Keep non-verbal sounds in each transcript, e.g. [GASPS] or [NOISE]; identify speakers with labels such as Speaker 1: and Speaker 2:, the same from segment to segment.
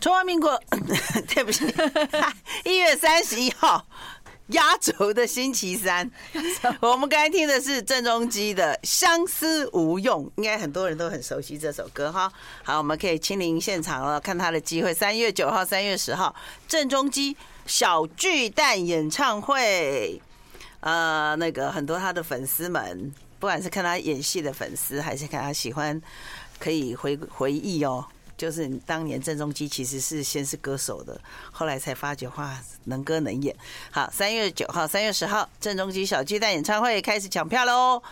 Speaker 1: 中华民国， [COUGHS] 对不起，一月三十一号。压轴的星期三，我们刚才听的是郑中基的《相思无用》，应该很多人都很熟悉这首歌哈。好，我们可以亲临现场了，看他的机会。三月九号、三月十号，郑中基小巨蛋演唱会。呃，那个很多他的粉丝们，不管是看他演戏的粉丝，还是看他喜欢，可以回回忆哦。就是当年郑中基其实是先是歌手的，后来才发觉哇能歌能演。好，三月九号、三月十号，郑中基小巨蛋演唱会开始抢票喽。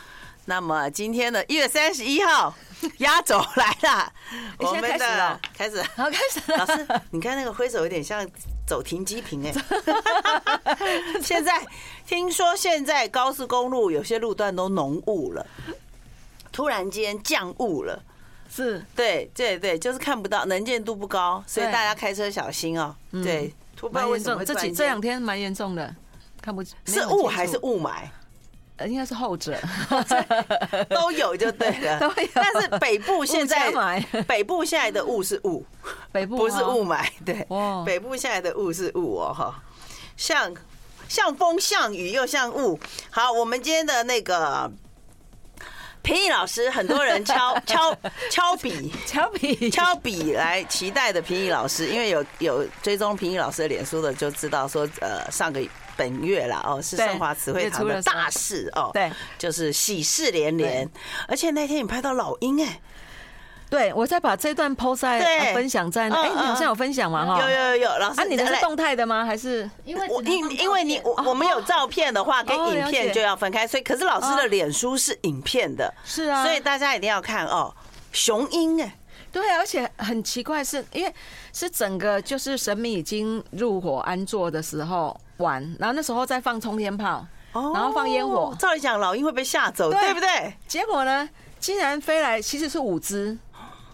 Speaker 1: 那么今天的一月三十一号，压轴来了，
Speaker 2: 你
Speaker 1: 我
Speaker 2: [LAUGHS]
Speaker 1: 们
Speaker 2: 现在开始
Speaker 1: 的
Speaker 2: 了
Speaker 1: 开始。
Speaker 2: 好，开始
Speaker 1: [LAUGHS] 老
Speaker 2: 了。
Speaker 1: 师，你看那个挥手有点像走停机坪
Speaker 2: [LAUGHS]
Speaker 1: 哎。现在听说现在高速公路有些路段都浓雾了，突然间降雾了。
Speaker 2: 是
Speaker 1: 对对对，就是看不到，能见度不高，所以
Speaker 2: 对
Speaker 1: 大家开车小心哦、对，突
Speaker 2: 嗯蛮
Speaker 1: 然为
Speaker 2: 严
Speaker 1: 什么会
Speaker 2: 重，这
Speaker 1: 突然
Speaker 2: 几
Speaker 1: 间
Speaker 2: 这两天蛮严重的，看不
Speaker 1: 是雾还是？
Speaker 2: 没有很清楚
Speaker 1: 雾霾
Speaker 2: 呃应该是后
Speaker 1: [LAUGHS]
Speaker 2: 者。
Speaker 1: 都有就对了，
Speaker 2: [LAUGHS] 都有
Speaker 1: 但是北部现在
Speaker 2: [LAUGHS] 雾加霾
Speaker 1: 北部现在的雾是雾，
Speaker 2: 北部
Speaker 1: 不是雾
Speaker 2: 哦，
Speaker 1: 霾，对
Speaker 2: 哦，
Speaker 1: 北部现在的雾是雾哦，哈，像像风像雨又像雾。好，我们今天的那个平易老师，很多人
Speaker 2: [LAUGHS]
Speaker 1: 敲敲敲笔。
Speaker 2: 乔比
Speaker 1: 敲笔来期待的平易老师，因为有有追踪平易老师的脸书的就知道说，呃，上个本月啦，哦，是
Speaker 2: 对
Speaker 1: 盛华词汇堂的
Speaker 2: 月初的时候
Speaker 1: 大事哦，
Speaker 2: 对，
Speaker 1: 就是喜事连连，而且那天你拍到老鹰哎、
Speaker 2: 对我再把这段 PO 在
Speaker 1: 对
Speaker 2: 呃分享在那，
Speaker 1: 嗯
Speaker 2: 哎，你好
Speaker 1: 嗯
Speaker 2: 像有分享嘛哈？
Speaker 1: 有有有有，老师
Speaker 2: 啊，你的
Speaker 1: 来
Speaker 2: 是动态的吗？还是
Speaker 3: 因为只
Speaker 1: 我
Speaker 3: 能
Speaker 1: 因
Speaker 3: 放
Speaker 1: 因为
Speaker 3: 照
Speaker 1: 你
Speaker 3: 片
Speaker 1: 我我们有照片的话，跟
Speaker 2: 哦
Speaker 1: 影
Speaker 2: 了
Speaker 1: 片
Speaker 2: 解
Speaker 1: 就要分开，所以可是老师的
Speaker 2: 哦
Speaker 1: 脸书是影片的，
Speaker 2: 是啊？
Speaker 1: 所以大家一定要看哦。雄鹰哎，
Speaker 2: 对啊，而且很奇怪是，因为是整个就是神明已经入伙安坐的时候玩，然后那时候在放冲天炮，
Speaker 1: 哦
Speaker 2: 然后放烟火
Speaker 1: 照理讲老鹰会被吓走，
Speaker 2: 对
Speaker 1: 对不 [LAUGHS] 对？
Speaker 2: 结果呢，竟然飞来其实是五只，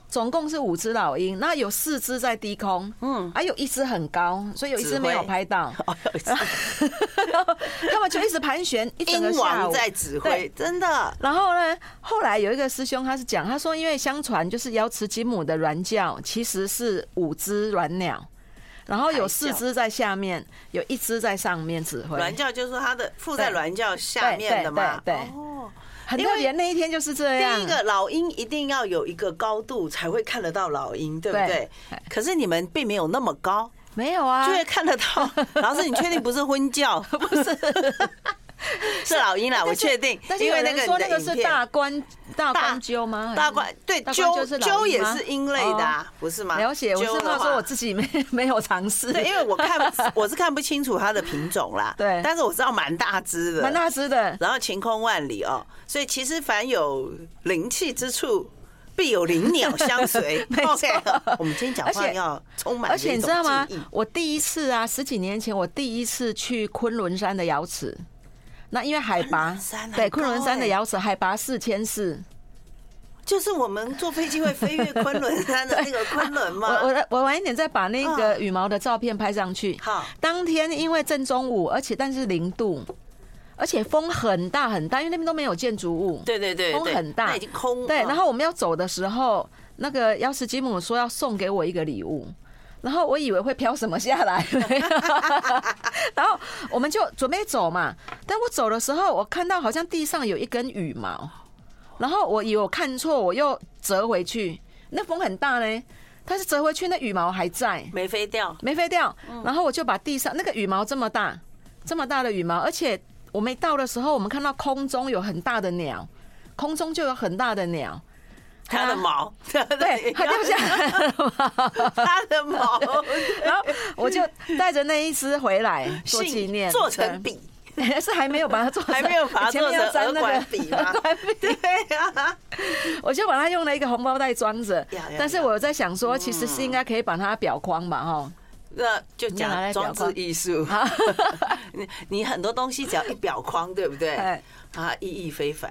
Speaker 2: 总共是五只老鹰，那有四只在低空，嗯，还有一只很高，所以有一只没有拍到，
Speaker 1: 哦，
Speaker 2: 然后 [LAUGHS] 他们就一直盘旋一整个
Speaker 1: 鹰
Speaker 2: 下
Speaker 1: 王
Speaker 2: 午。
Speaker 1: 哦在指挥
Speaker 2: 对，
Speaker 1: 真的
Speaker 2: 然后呢，后来有一个师兄，他是讲，他说，因为相传就是瑶池金母的卵教其实是五只卵鸟，然后有四只在下面，有一只在上面指挥，
Speaker 1: 鸾教就是它的附在
Speaker 2: 对
Speaker 1: 鸾教下面的嘛。
Speaker 2: 对对啊对
Speaker 1: 哦，
Speaker 2: 很
Speaker 1: 因为
Speaker 2: 特别。那一天就是这样。
Speaker 1: 第一个老鹰一定要有一个高度才会看得到老鹰，对不对
Speaker 2: 对？
Speaker 1: 可是你们并没有那么高，
Speaker 2: 没有啊
Speaker 1: 就，会看得
Speaker 2: [LAUGHS]
Speaker 1: 到。老师，你确定不是婚教？不是， [LAUGHS] 是老鹰啦，我确定。
Speaker 2: 但是
Speaker 1: 因
Speaker 2: 有
Speaker 1: 为那
Speaker 2: 人
Speaker 1: 个
Speaker 2: 说
Speaker 1: 你
Speaker 2: 那
Speaker 1: 的
Speaker 2: 个
Speaker 1: 影
Speaker 2: 是
Speaker 1: 片
Speaker 2: 大关
Speaker 1: 大
Speaker 2: 大关鸠吗？还是
Speaker 1: 大关对
Speaker 2: 大
Speaker 1: 鸠
Speaker 2: 就是老
Speaker 1: 鸠
Speaker 2: 鹰
Speaker 1: 也
Speaker 2: 吗
Speaker 1: 是鹰类的、啊，不是
Speaker 2: 哦
Speaker 1: 吗？
Speaker 2: 了解，我
Speaker 1: 鸠的
Speaker 2: 是怕说
Speaker 1: 话
Speaker 2: 我自己没 [LAUGHS] 没有尝试，
Speaker 1: 对，因为我看 [LAUGHS] 不我是看不清楚它的品种啦。
Speaker 2: 对
Speaker 1: 但是我知道蛮大只的，
Speaker 2: 蛮大只的。
Speaker 1: 然后晴空万里哦，所以其实凡有灵气之处，必有灵鸟相随。
Speaker 2: [LAUGHS] 没错
Speaker 1: OK，我们今天讲
Speaker 2: 而
Speaker 1: 话
Speaker 2: 且
Speaker 1: 要充满
Speaker 2: 而且你知道吗
Speaker 1: 着一种敬意？
Speaker 2: 我第一次啊，十几年前我第一次去昆仑山的瑶池，那因为海拔
Speaker 1: 仑山很
Speaker 2: 对
Speaker 1: 高
Speaker 2: 昆仑山的
Speaker 1: 欸
Speaker 2: 瑶池海拔四千四，
Speaker 1: 就是我们坐飞机会飞越昆仑山的那个昆仑
Speaker 2: [LAUGHS] 我
Speaker 1: 吗？
Speaker 2: 我我晚一点再把那个羽毛的照片拍上去。
Speaker 1: 嗯好
Speaker 2: 当天因为正中午，而且但是零度，而且风很大很大，因为那边都没有建筑物。
Speaker 1: 对对对，对
Speaker 2: 风很大
Speaker 1: 那已经空。
Speaker 2: 对，
Speaker 1: 嗯
Speaker 2: 然后我们要走的时候，那个妖师吉姆说要送给我一个礼物，然后我以为会飘什么下来， [LAUGHS] 没有然后我们就准备走嘛。但我走的时候，我看到好像地上有一根羽毛，然后我以为我看错，我又折回去。那风很大呢，但是折回去那羽毛还在，
Speaker 1: 没飞掉，
Speaker 2: 没飞掉。
Speaker 1: 嗯
Speaker 2: 然后我就把地上那个羽毛这么大，这么大的羽毛，而且我们一到的时候，我们看到空中有很大的鸟，空中就有很大的鸟，
Speaker 1: 它的毛，
Speaker 2: [LAUGHS]
Speaker 1: [LAUGHS]
Speaker 2: 对，它掉下来了嘛。
Speaker 1: 它的毛，
Speaker 2: [LAUGHS] 然后我就带着那一只回来 [LAUGHS] 做
Speaker 1: 信
Speaker 2: 纪念，
Speaker 1: 做成笔，
Speaker 2: 对， [LAUGHS] 是还没有把它做成，
Speaker 1: 还没有把它
Speaker 2: 前
Speaker 1: 做
Speaker 2: 面
Speaker 1: 成
Speaker 2: 要
Speaker 1: 鹅
Speaker 2: 粘那
Speaker 1: 管
Speaker 2: 个 [LAUGHS]
Speaker 1: 笔吗？ [LAUGHS] 对啊，
Speaker 2: 我就把它用了一个红包袋装着
Speaker 1: 呀嗯呀。
Speaker 2: 但是我有在想说，其实是应该可以把它裱框吧，哈。
Speaker 1: 那就
Speaker 2: 你拿
Speaker 1: 讲
Speaker 2: 来
Speaker 1: 装
Speaker 2: 裱
Speaker 1: 置
Speaker 2: 框
Speaker 1: 艺
Speaker 2: [LAUGHS]
Speaker 1: 术。
Speaker 2: 啊
Speaker 1: [LAUGHS] 你你很多东西只要一裱框，对不对？
Speaker 2: 哎
Speaker 1: 啊，意义非
Speaker 2: [LAUGHS]
Speaker 1: 凡，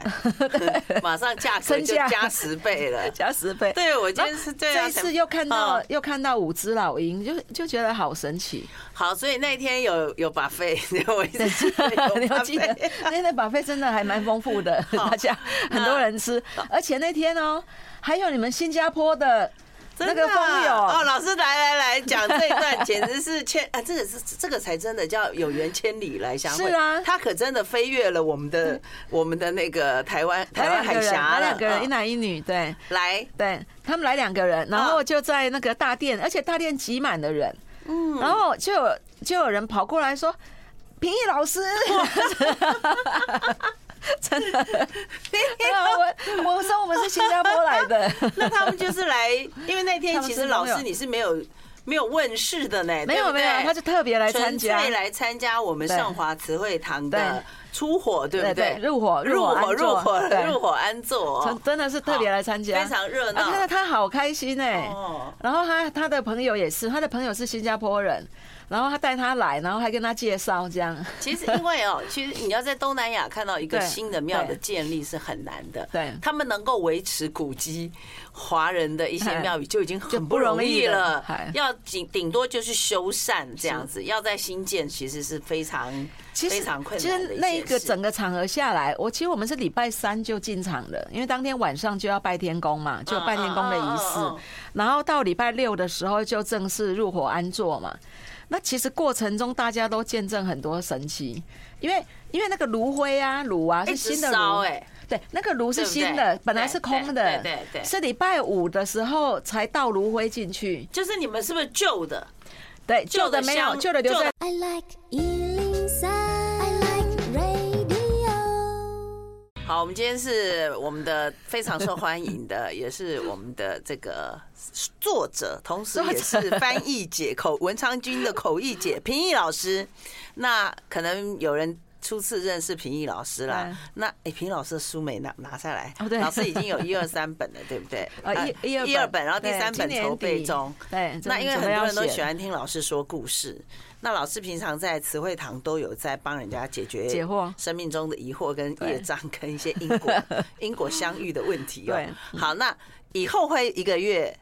Speaker 1: 马上价格
Speaker 2: 身
Speaker 1: 就
Speaker 2: 价
Speaker 1: 加十倍了。
Speaker 2: [LAUGHS] 加十倍
Speaker 1: 对，我今天是对啊
Speaker 2: 这一次又看到
Speaker 1: 嗯
Speaker 2: 又看到五只老鹰，就就觉得好神奇。
Speaker 1: 好，所以那天有有把费， [LAUGHS] 我一直记得
Speaker 2: [LAUGHS] 你
Speaker 1: 有
Speaker 2: 要
Speaker 1: 把
Speaker 2: 记得哎
Speaker 1: 费。
Speaker 2: 那天的把费真的还蛮丰
Speaker 1: [LAUGHS]
Speaker 2: 富的，
Speaker 1: 好嗯
Speaker 2: 哦大家很多人吃，而且那天哦，还有你们新加坡的
Speaker 1: 真
Speaker 2: 那
Speaker 1: 的
Speaker 2: 个
Speaker 1: 啊
Speaker 2: 风友
Speaker 1: 哦，老师来来来讲这一段，简直是 [LAUGHS] 千啊，这个是这个才真的叫有缘千里来相会。
Speaker 2: 是啊嗯
Speaker 1: 他可真的飞越了我们的我们的那个台湾台湾
Speaker 2: 来两
Speaker 1: 海
Speaker 2: 个人，
Speaker 1: 峡
Speaker 2: 来
Speaker 1: 了。
Speaker 2: 两个人，一
Speaker 1: 嗯
Speaker 2: 男一女，对
Speaker 1: 来，
Speaker 2: 对，他们来两个人，然后
Speaker 1: 嗯
Speaker 2: 就在那个大殿，而且大殿挤满了人，嗯，然后就有就有人跑过来说：“平易老 [LAUGHS] 师。”真的，我我说我们是新加坡来的，
Speaker 1: 那他们就是来， [LAUGHS] 因为那天
Speaker 2: 他们
Speaker 1: 其
Speaker 2: 是
Speaker 1: 实老师
Speaker 2: 朋友
Speaker 1: 你是没有没有问世的呢，
Speaker 2: [LAUGHS] 没
Speaker 1: 对
Speaker 2: 有
Speaker 1: 不
Speaker 2: 没
Speaker 1: 对
Speaker 2: 有，他就特别来参加
Speaker 1: 纯，粹来参加我们上华词汇堂的
Speaker 2: 对
Speaker 1: 出火，对不
Speaker 2: 对入火
Speaker 1: 入
Speaker 2: 入火
Speaker 1: 火
Speaker 2: 安
Speaker 1: 入
Speaker 2: 坐
Speaker 1: 火
Speaker 2: 对
Speaker 1: 入火安坐
Speaker 2: 真
Speaker 1: 哦，
Speaker 2: 真的是特别来参加，
Speaker 1: 非常热
Speaker 2: 啊，看到
Speaker 1: 闹。
Speaker 2: 他好开心哎、
Speaker 1: 哦
Speaker 2: 然后他他的朋友也是，他的朋友是新加坡人，然后他带他来，然后还跟他介绍这样，
Speaker 1: 其实因为哦，其实你要在东南亚看到一个
Speaker 2: 对
Speaker 1: 新的庙的
Speaker 2: 对
Speaker 1: 建立是很难的，
Speaker 2: 对
Speaker 1: 他们能够维持古迹华人的一些
Speaker 2: 哎
Speaker 1: 庙宇就已经
Speaker 2: 就
Speaker 1: 很
Speaker 2: 不
Speaker 1: 不容
Speaker 2: 容易
Speaker 1: 易
Speaker 2: 了
Speaker 1: 了
Speaker 2: 哎，
Speaker 1: 要顶顶多就是修缮这样子，要在新建其实是非常
Speaker 2: 其
Speaker 1: 非
Speaker 2: 实
Speaker 1: 常困
Speaker 2: 其
Speaker 1: 难的
Speaker 2: 实
Speaker 1: 一
Speaker 2: 那
Speaker 1: 件
Speaker 2: 一个
Speaker 1: 事
Speaker 2: 整个场合下来，我其实我们是礼拜三就进场了，因为当天晚上就要拜天公嘛，就有拜天公的仪式
Speaker 1: 嗯嗯嗯嗯嗯，
Speaker 2: 然后到礼拜六的时候就正式入伙安坐嘛。那其实过程中大家都见证很多神奇，因为因为那个炉灰啊炉啊
Speaker 1: 一
Speaker 2: 是
Speaker 1: 直
Speaker 2: 新的
Speaker 1: 烧
Speaker 2: 炉，
Speaker 1: 哎，
Speaker 2: 对，那个
Speaker 1: 对
Speaker 2: 炉是
Speaker 1: 不
Speaker 2: 新
Speaker 1: 对
Speaker 2: 的，本来
Speaker 1: 对
Speaker 2: 是空
Speaker 1: 对
Speaker 2: 的，
Speaker 1: 对对
Speaker 2: 是礼拜五的时候才倒炉灰进去，
Speaker 1: 就是你们是不是旧的？
Speaker 2: 对，
Speaker 1: 旧
Speaker 2: 旧的
Speaker 1: 的
Speaker 2: 没有，
Speaker 1: 香
Speaker 2: 旧的留
Speaker 1: 旧
Speaker 2: 在
Speaker 1: 的
Speaker 3: I like Ealing Sound. I like radio.
Speaker 1: 好，我们今天是我们的非常受欢迎的，也是我们的这个作者，同时也是翻译姐口文昌君的口译姐平易老师。那可能有人。初次认识平易老师啦
Speaker 2: 嗯，
Speaker 1: 那哎、诶平易老师的书没拿拿下来，
Speaker 2: 哦对
Speaker 1: 老师已经有一二三本了，对不
Speaker 2: [LAUGHS]
Speaker 1: 对？啊
Speaker 2: 呃一一二
Speaker 1: 一二本，然后第
Speaker 2: 对
Speaker 1: 三
Speaker 2: 今
Speaker 1: 本
Speaker 2: 年
Speaker 1: 筹备
Speaker 2: 底
Speaker 1: 中，
Speaker 2: 对，
Speaker 1: 那因为
Speaker 2: 准
Speaker 1: 很
Speaker 2: 备
Speaker 1: 多
Speaker 2: 要
Speaker 1: 人都
Speaker 2: 写
Speaker 1: 喜欢听老师说故事，那老师平常在词汇堂都有在帮人家解决
Speaker 2: 解惑
Speaker 1: 生命中的疑惑跟
Speaker 2: 对
Speaker 1: 业障跟一些因
Speaker 2: [LAUGHS]
Speaker 1: 果因果相遇的问题哦
Speaker 2: 对。
Speaker 1: 好，那以后会一个月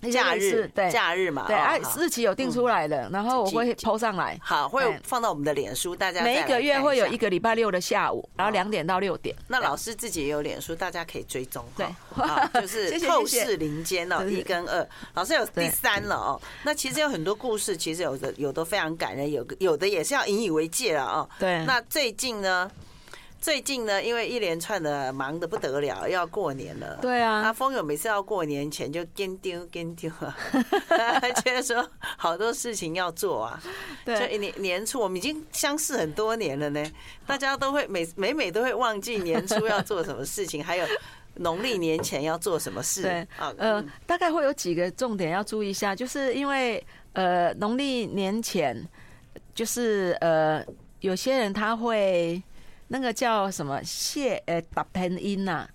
Speaker 2: 那些
Speaker 1: 假
Speaker 2: 类似
Speaker 1: 日
Speaker 2: 对
Speaker 1: 假日嘛，
Speaker 2: 对
Speaker 1: 哦
Speaker 2: 啊
Speaker 1: 好，
Speaker 2: 日期有定出来了，然后我
Speaker 1: 几
Speaker 2: 会
Speaker 1: 几
Speaker 2: PO 上来，
Speaker 1: 好会
Speaker 2: 对
Speaker 1: 放到我们的脸书，大家
Speaker 2: 每
Speaker 1: 再
Speaker 2: 一
Speaker 1: 来
Speaker 2: 个月
Speaker 1: 看
Speaker 2: 会有
Speaker 1: 下哦
Speaker 2: 一。个礼拜六的下午，然后两点到六点。
Speaker 1: 那老师自己也有脸书，大家可以追踪
Speaker 2: 对
Speaker 1: 哈， [LAUGHS] 好
Speaker 2: [LAUGHS]
Speaker 1: 就
Speaker 2: 谢
Speaker 1: 是
Speaker 2: 谢
Speaker 1: 透
Speaker 2: 谢谢
Speaker 1: 视林间哦，
Speaker 2: 对对
Speaker 1: 一跟二，老师有第
Speaker 2: 对
Speaker 1: 三了哦。那其实有很多故事，其实有的有的非常感人，有个有的也是要引以为戒了哦。
Speaker 2: 对
Speaker 1: 那最近呢？最近呢，因为一连串的忙得不得了，要过年了。
Speaker 2: 对
Speaker 1: 啊，
Speaker 2: 啊，
Speaker 1: 风友每次要过年前就跟丢跟丢
Speaker 2: [LAUGHS]
Speaker 1: 啊， [LAUGHS] 觉得说好多事情要做啊。就
Speaker 2: 对
Speaker 1: 一年年初，我们已经相识很多年了呢，大家都会每每每都会忘记年初要做什么事情，还有农历年前要做什么事
Speaker 2: 对
Speaker 1: 啊，，
Speaker 2: 呃
Speaker 1: 嗯，
Speaker 2: 大概会有几个重点要注意一下，就是因为呃农历年前，就是呃有些人他会那个叫什么谢呃答天恩呐、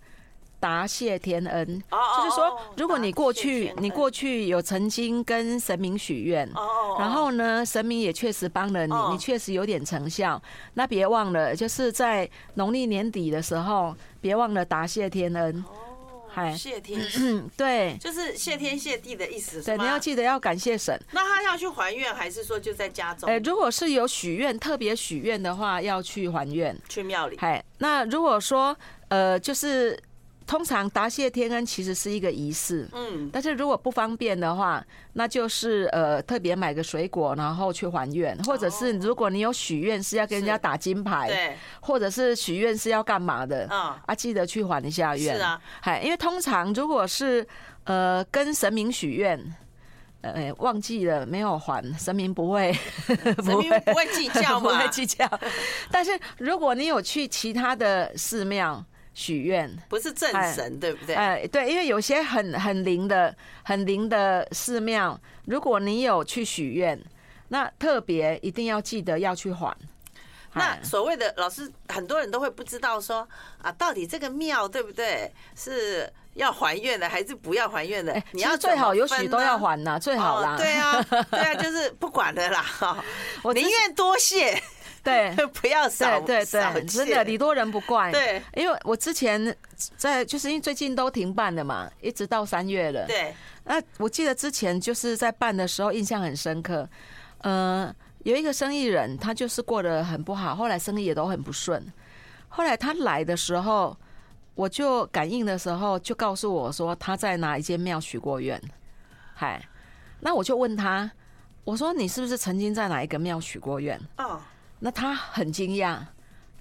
Speaker 2: 答谢天恩。
Speaker 1: 哦哦
Speaker 2: 就是
Speaker 1: 哦
Speaker 2: 说
Speaker 1: 哦，
Speaker 2: 如果你
Speaker 1: 答
Speaker 2: 过
Speaker 1: 谢
Speaker 2: 去
Speaker 1: 天，
Speaker 2: 你
Speaker 1: 恩
Speaker 2: 过去有曾经跟神明许愿，
Speaker 1: 哦哦，哦
Speaker 2: 然后呢，神明也确实帮了你
Speaker 1: 哦，
Speaker 2: 你确实有点成效。那别忘了，就是在农历年底的时候，别忘了答谢天恩。
Speaker 1: 哦，
Speaker 2: 嗨
Speaker 1: 谢
Speaker 2: [CLEARS THROAT]
Speaker 1: 天，
Speaker 2: 嗯，对
Speaker 1: 就是谢天谢地的意思是
Speaker 2: 对，
Speaker 1: 吗
Speaker 2: 你要记得要感谢神。
Speaker 1: 那他要去还愿，还是说就在家中
Speaker 2: 哎，如果是有许愿，特别许愿的话，要去还愿。
Speaker 1: 去庙里？
Speaker 2: 嗨，那如果说呃，就是通常答谢天恩其实是一个仪式。
Speaker 1: 嗯，
Speaker 2: 但是如果不方便的话，那就是呃特别买个水果，然后去还愿，或者是
Speaker 1: 哦
Speaker 2: 如果你有许愿是要跟人家
Speaker 1: 是
Speaker 2: 打金牌，
Speaker 1: 对，
Speaker 2: 或者是许愿是要干嘛的
Speaker 1: 嗯，
Speaker 2: 啊？记得去还一下愿。
Speaker 1: 是，啊，
Speaker 2: 嗨，因为通常如果是呃跟神明许愿，呃、哎忘记了没有还，神明不会 [LAUGHS]
Speaker 1: 神
Speaker 2: [LAUGHS] 不
Speaker 1: 明不会计较
Speaker 2: [LAUGHS] 不会
Speaker 1: 嘛，
Speaker 2: 计较。但是如果你有去其他的寺庙许愿，
Speaker 1: 不是正
Speaker 2: 哎
Speaker 1: 神，对不对？
Speaker 2: 哎，对，因为有些很很灵的、很灵的寺庙，如果你有去许愿，那特别一定要记得要去还。
Speaker 1: 那
Speaker 2: 哎
Speaker 1: 所谓的老师，很多人都会不知道说啊，到底这个庙对不对是要还愿的还是不要还愿的
Speaker 2: 哎、？
Speaker 1: 你
Speaker 2: 其
Speaker 1: 要
Speaker 2: 实最好有
Speaker 1: 怎么
Speaker 2: 许
Speaker 1: 分
Speaker 2: 都要
Speaker 1: 呢
Speaker 2: 还呐，最好啦。
Speaker 1: 哦对啊，对啊，就是不管了啦，哈
Speaker 2: [LAUGHS] 我
Speaker 1: 宁
Speaker 2: 之
Speaker 1: 愿多谢，
Speaker 2: [LAUGHS] 对
Speaker 1: [LAUGHS] 不要少
Speaker 2: 对对
Speaker 1: 少
Speaker 2: 对，真的
Speaker 1: 谢
Speaker 2: 礼多人不怪。，
Speaker 1: 对
Speaker 2: 因为我之前在就是因为最近都停办了嘛，一直到三月了。
Speaker 1: 对，
Speaker 2: 那我记得之前就是在办的时候印象很深刻，呃，有一个生意人他就是过得很不好，后来生意也都很不顺。后来他来的时候，我就感应的时候就告诉我说他在哪一间庙许过愿，嗨，那我就问他，我说你是不是曾经在哪一个庙许过愿？
Speaker 1: 哦，
Speaker 2: 那他很惊讶，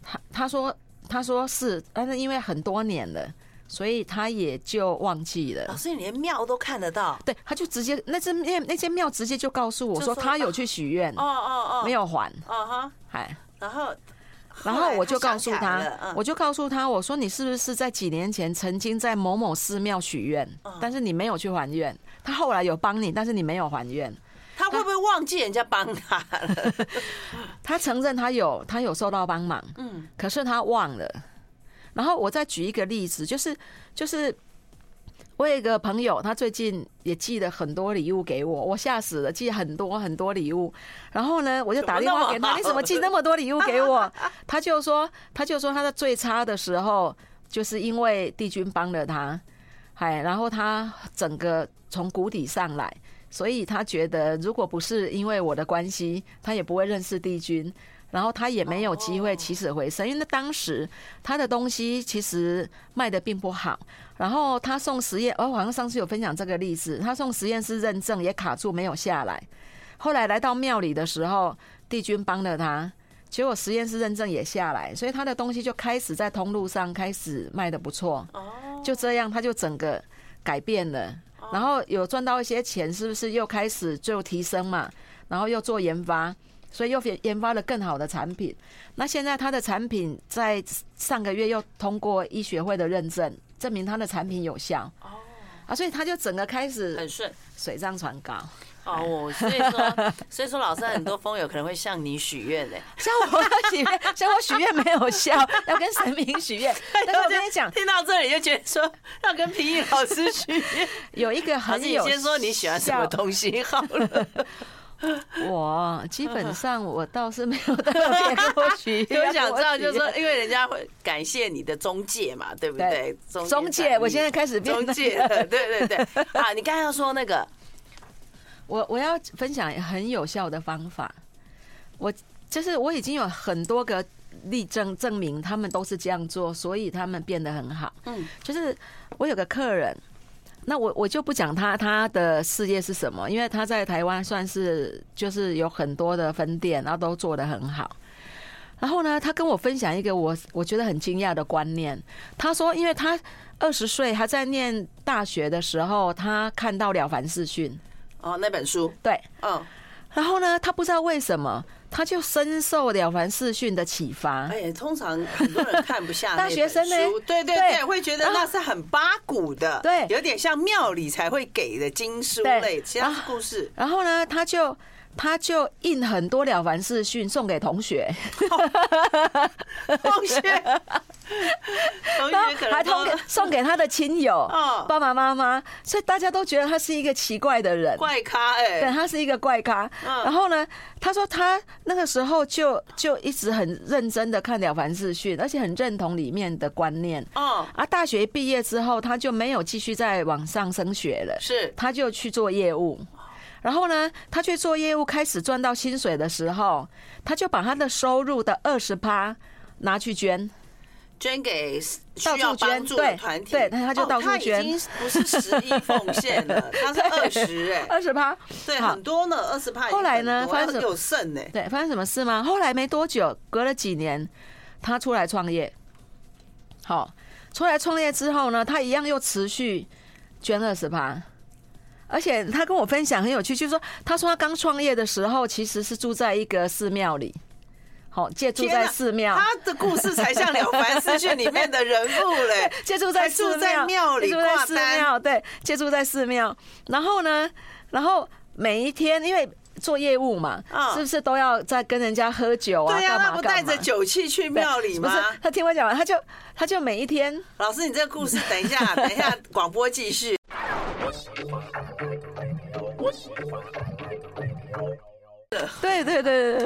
Speaker 2: 他他说他说是，但是因为很多年了，所以他也就忘记了。
Speaker 1: 老师，你连庙都看得到？
Speaker 2: 对，他就直接那间那那间庙直接就告诉我
Speaker 1: 就
Speaker 2: 说
Speaker 1: 说
Speaker 2: 他有去许愿，
Speaker 1: 哦哦哦，
Speaker 2: 没
Speaker 1: 有，
Speaker 2: 有还，
Speaker 1: 哦哈，
Speaker 2: 哎，
Speaker 1: 然后，
Speaker 2: 然
Speaker 1: 后
Speaker 2: 后
Speaker 1: 来
Speaker 2: 我就
Speaker 1: 想
Speaker 2: 告诉
Speaker 1: 起来
Speaker 2: 他，
Speaker 1: 了嗯
Speaker 2: 我就告诉他，我说你是不是在几年前曾经在某某寺庙许愿，
Speaker 1: 嗯
Speaker 2: 但是你没有去还愿，他后来有帮你，但是你没有还愿，
Speaker 1: 他会不会忘记人家帮他 [LAUGHS] 了？
Speaker 2: 他承认他有他有受到帮忙，
Speaker 1: 嗯，
Speaker 2: 可是他忘了。然后我再举一个例子，就是就是我有一个朋友，他最近也寄了很多礼物给我，我吓死了，寄很多很多礼物。然后呢，我就打
Speaker 1: 怎么
Speaker 2: 电
Speaker 1: 那么
Speaker 2: 话给他，
Speaker 1: 好
Speaker 2: 你怎么寄那么多礼物给我？他就说，他就说他在最差的时候，就是因为帝君帮了他，哎，然后他整个从谷底上来。所以他觉得，如果不是因为我的关系，他也不会认识帝君，然后他也没有机会起死回生。因为那当时他的东西其实卖的并不好，然后他送实验，哦，我好像上次有分享这个例子，他送实验室认证也卡住没有下来，后来来到庙里的时候，帝君帮了他。结果实验室认证也下来，所以他的东西就开始在通路上开始卖的不错。
Speaker 1: 哦，
Speaker 2: 就这样，他就整个改变了，然后有赚到一些钱，是不是又开始就提升嘛？然后又做研发，所以又研研发了更好的产品。那现在他的产品在上个月又通过医学会的认证，证明他的产品有效
Speaker 1: 哦
Speaker 2: 啊，所以他就整个开始
Speaker 1: 很顺。
Speaker 2: 水涨船高。
Speaker 1: [LAUGHS] 哦，我所以说，所以说老师很多风友可能会向你许愿嘞。
Speaker 2: 像我许愿，像我许愿没有效，要跟神明许
Speaker 1: [LAUGHS]
Speaker 2: 愿。 [LAUGHS] 但是我跟你讲，
Speaker 1: 听到哎这里就觉得说要跟皮艺老师许
Speaker 2: [LAUGHS]
Speaker 1: 愿。
Speaker 2: 有一个
Speaker 1: 老
Speaker 2: 很
Speaker 1: 师，你
Speaker 2: 有
Speaker 1: 先说你喜欢什么
Speaker 2: 效
Speaker 1: 东西好
Speaker 2: [LAUGHS]
Speaker 1: 了。
Speaker 2: 我基本上我倒是没有特别过许
Speaker 1: 就 [LAUGHS]
Speaker 2: 愿，
Speaker 1: 想知道，就是
Speaker 2: 我
Speaker 1: 说，因为人家会感谢你的中介嘛，对不对
Speaker 2: 对？
Speaker 1: 中
Speaker 2: 中
Speaker 1: 产
Speaker 2: 介，
Speaker 1: 业
Speaker 2: 我现在开始变
Speaker 1: 中
Speaker 2: 得
Speaker 1: 介了，对对对。
Speaker 2: [LAUGHS]
Speaker 1: 啊，你刚才要说那个，
Speaker 2: 我我要分享很有效的方法，我就是我已经有很多个例证证明他们都是这样做，所以他们变得很好。
Speaker 1: 嗯，
Speaker 2: 就是我有个客人，那我我就不讲他他的事业是什么，因为他在台湾算是就是有很多的分店，然后都做得很好。然后呢，他跟我分享一个我我觉得很惊讶的观念。他说，因为他二十岁还在念大学的时候，他看到《了凡四训》，
Speaker 1: 哦，那本书，
Speaker 2: 对，
Speaker 1: 嗯，
Speaker 2: 然后呢，他不知道为什么，他就深受了凡四训的启发。
Speaker 1: 哎呀，通常很多人看不下
Speaker 2: 大
Speaker 1: 那
Speaker 2: 学
Speaker 1: 本
Speaker 2: 生呢
Speaker 1: 书对对
Speaker 2: 对
Speaker 1: 对，会觉得
Speaker 2: 然后
Speaker 1: 那是很八股的，
Speaker 2: 对
Speaker 1: 有点像庙里才会给的经书
Speaker 2: 对
Speaker 1: 类，其他是
Speaker 2: 啊
Speaker 1: 故事。
Speaker 2: 然后呢，他就他就印很多了凡四训送给同学，啊
Speaker 1: 同
Speaker 2: [LAUGHS]
Speaker 1: 学，同
Speaker 2: 然后
Speaker 1: 学可
Speaker 2: 还
Speaker 1: 能
Speaker 2: 送给
Speaker 1: 都
Speaker 2: 送给他的亲
Speaker 1: [LAUGHS]
Speaker 2: 友
Speaker 1: 嗯、
Speaker 2: 爸爸妈妈，所以大家都觉得他是一个奇怪的人。
Speaker 1: 怪咖
Speaker 2: 对，
Speaker 1: 哎，
Speaker 2: 他是一个怪咖。
Speaker 1: 嗯
Speaker 2: 然后呢，他说他那个时候就就一直很认真的看了凡四训，而且很认同里面的观念。
Speaker 1: 哦，
Speaker 2: 啊，大学毕业之后，他就没有继续再往上升学了。
Speaker 1: 是
Speaker 2: 他就去做业务。然后呢，他去做业务，开始赚到薪水的时候，他就把他的收入的二十趴拿去捐。
Speaker 1: 捐给需
Speaker 2: 到
Speaker 1: 要
Speaker 2: 处捐
Speaker 1: 帮助的
Speaker 2: 对
Speaker 1: 团体，
Speaker 2: 对那他就
Speaker 1: 哦
Speaker 2: 到处捐
Speaker 1: 他已经不是十一奉献
Speaker 2: [LAUGHS]
Speaker 1: 了，他是二十哎，
Speaker 2: 二十趴。
Speaker 1: 对，
Speaker 2: 好
Speaker 1: 很多呢，二十派。
Speaker 2: 后来呢发生什么
Speaker 1: 有剩呢，
Speaker 2: 对，发生什么事吗？后来没多久，隔了几年，他出来创业。好，出来创业之后呢，他一样又持续捐二十趴。而且他跟我分享很有趣，就是说，他说他刚创业的时候其实是住在一个寺庙里，好借住
Speaker 1: 天
Speaker 2: 在
Speaker 1: 哪
Speaker 2: 寺庙，
Speaker 1: 他的故事才像《了凡四训》里面的人物
Speaker 2: [LAUGHS]
Speaker 1: 嘞，
Speaker 2: 借住在寺
Speaker 1: 还住在庙里
Speaker 2: 借住在
Speaker 1: 挂
Speaker 2: 寺
Speaker 1: 单
Speaker 2: 庙，对，借住在寺庙。然后呢，然后每一天因为做业务嘛，
Speaker 1: 嗯
Speaker 2: 是不是都要在跟人家喝酒啊？
Speaker 1: 对呀，
Speaker 2: 干嘛
Speaker 1: 他不带着
Speaker 2: 干嘛
Speaker 1: 酒气去庙里
Speaker 2: 不
Speaker 1: 吗
Speaker 2: 是？，他听我讲完，他就他就每一天，
Speaker 1: 老师，你这个故事等一下，等一下广播继续。
Speaker 2: 对对对对对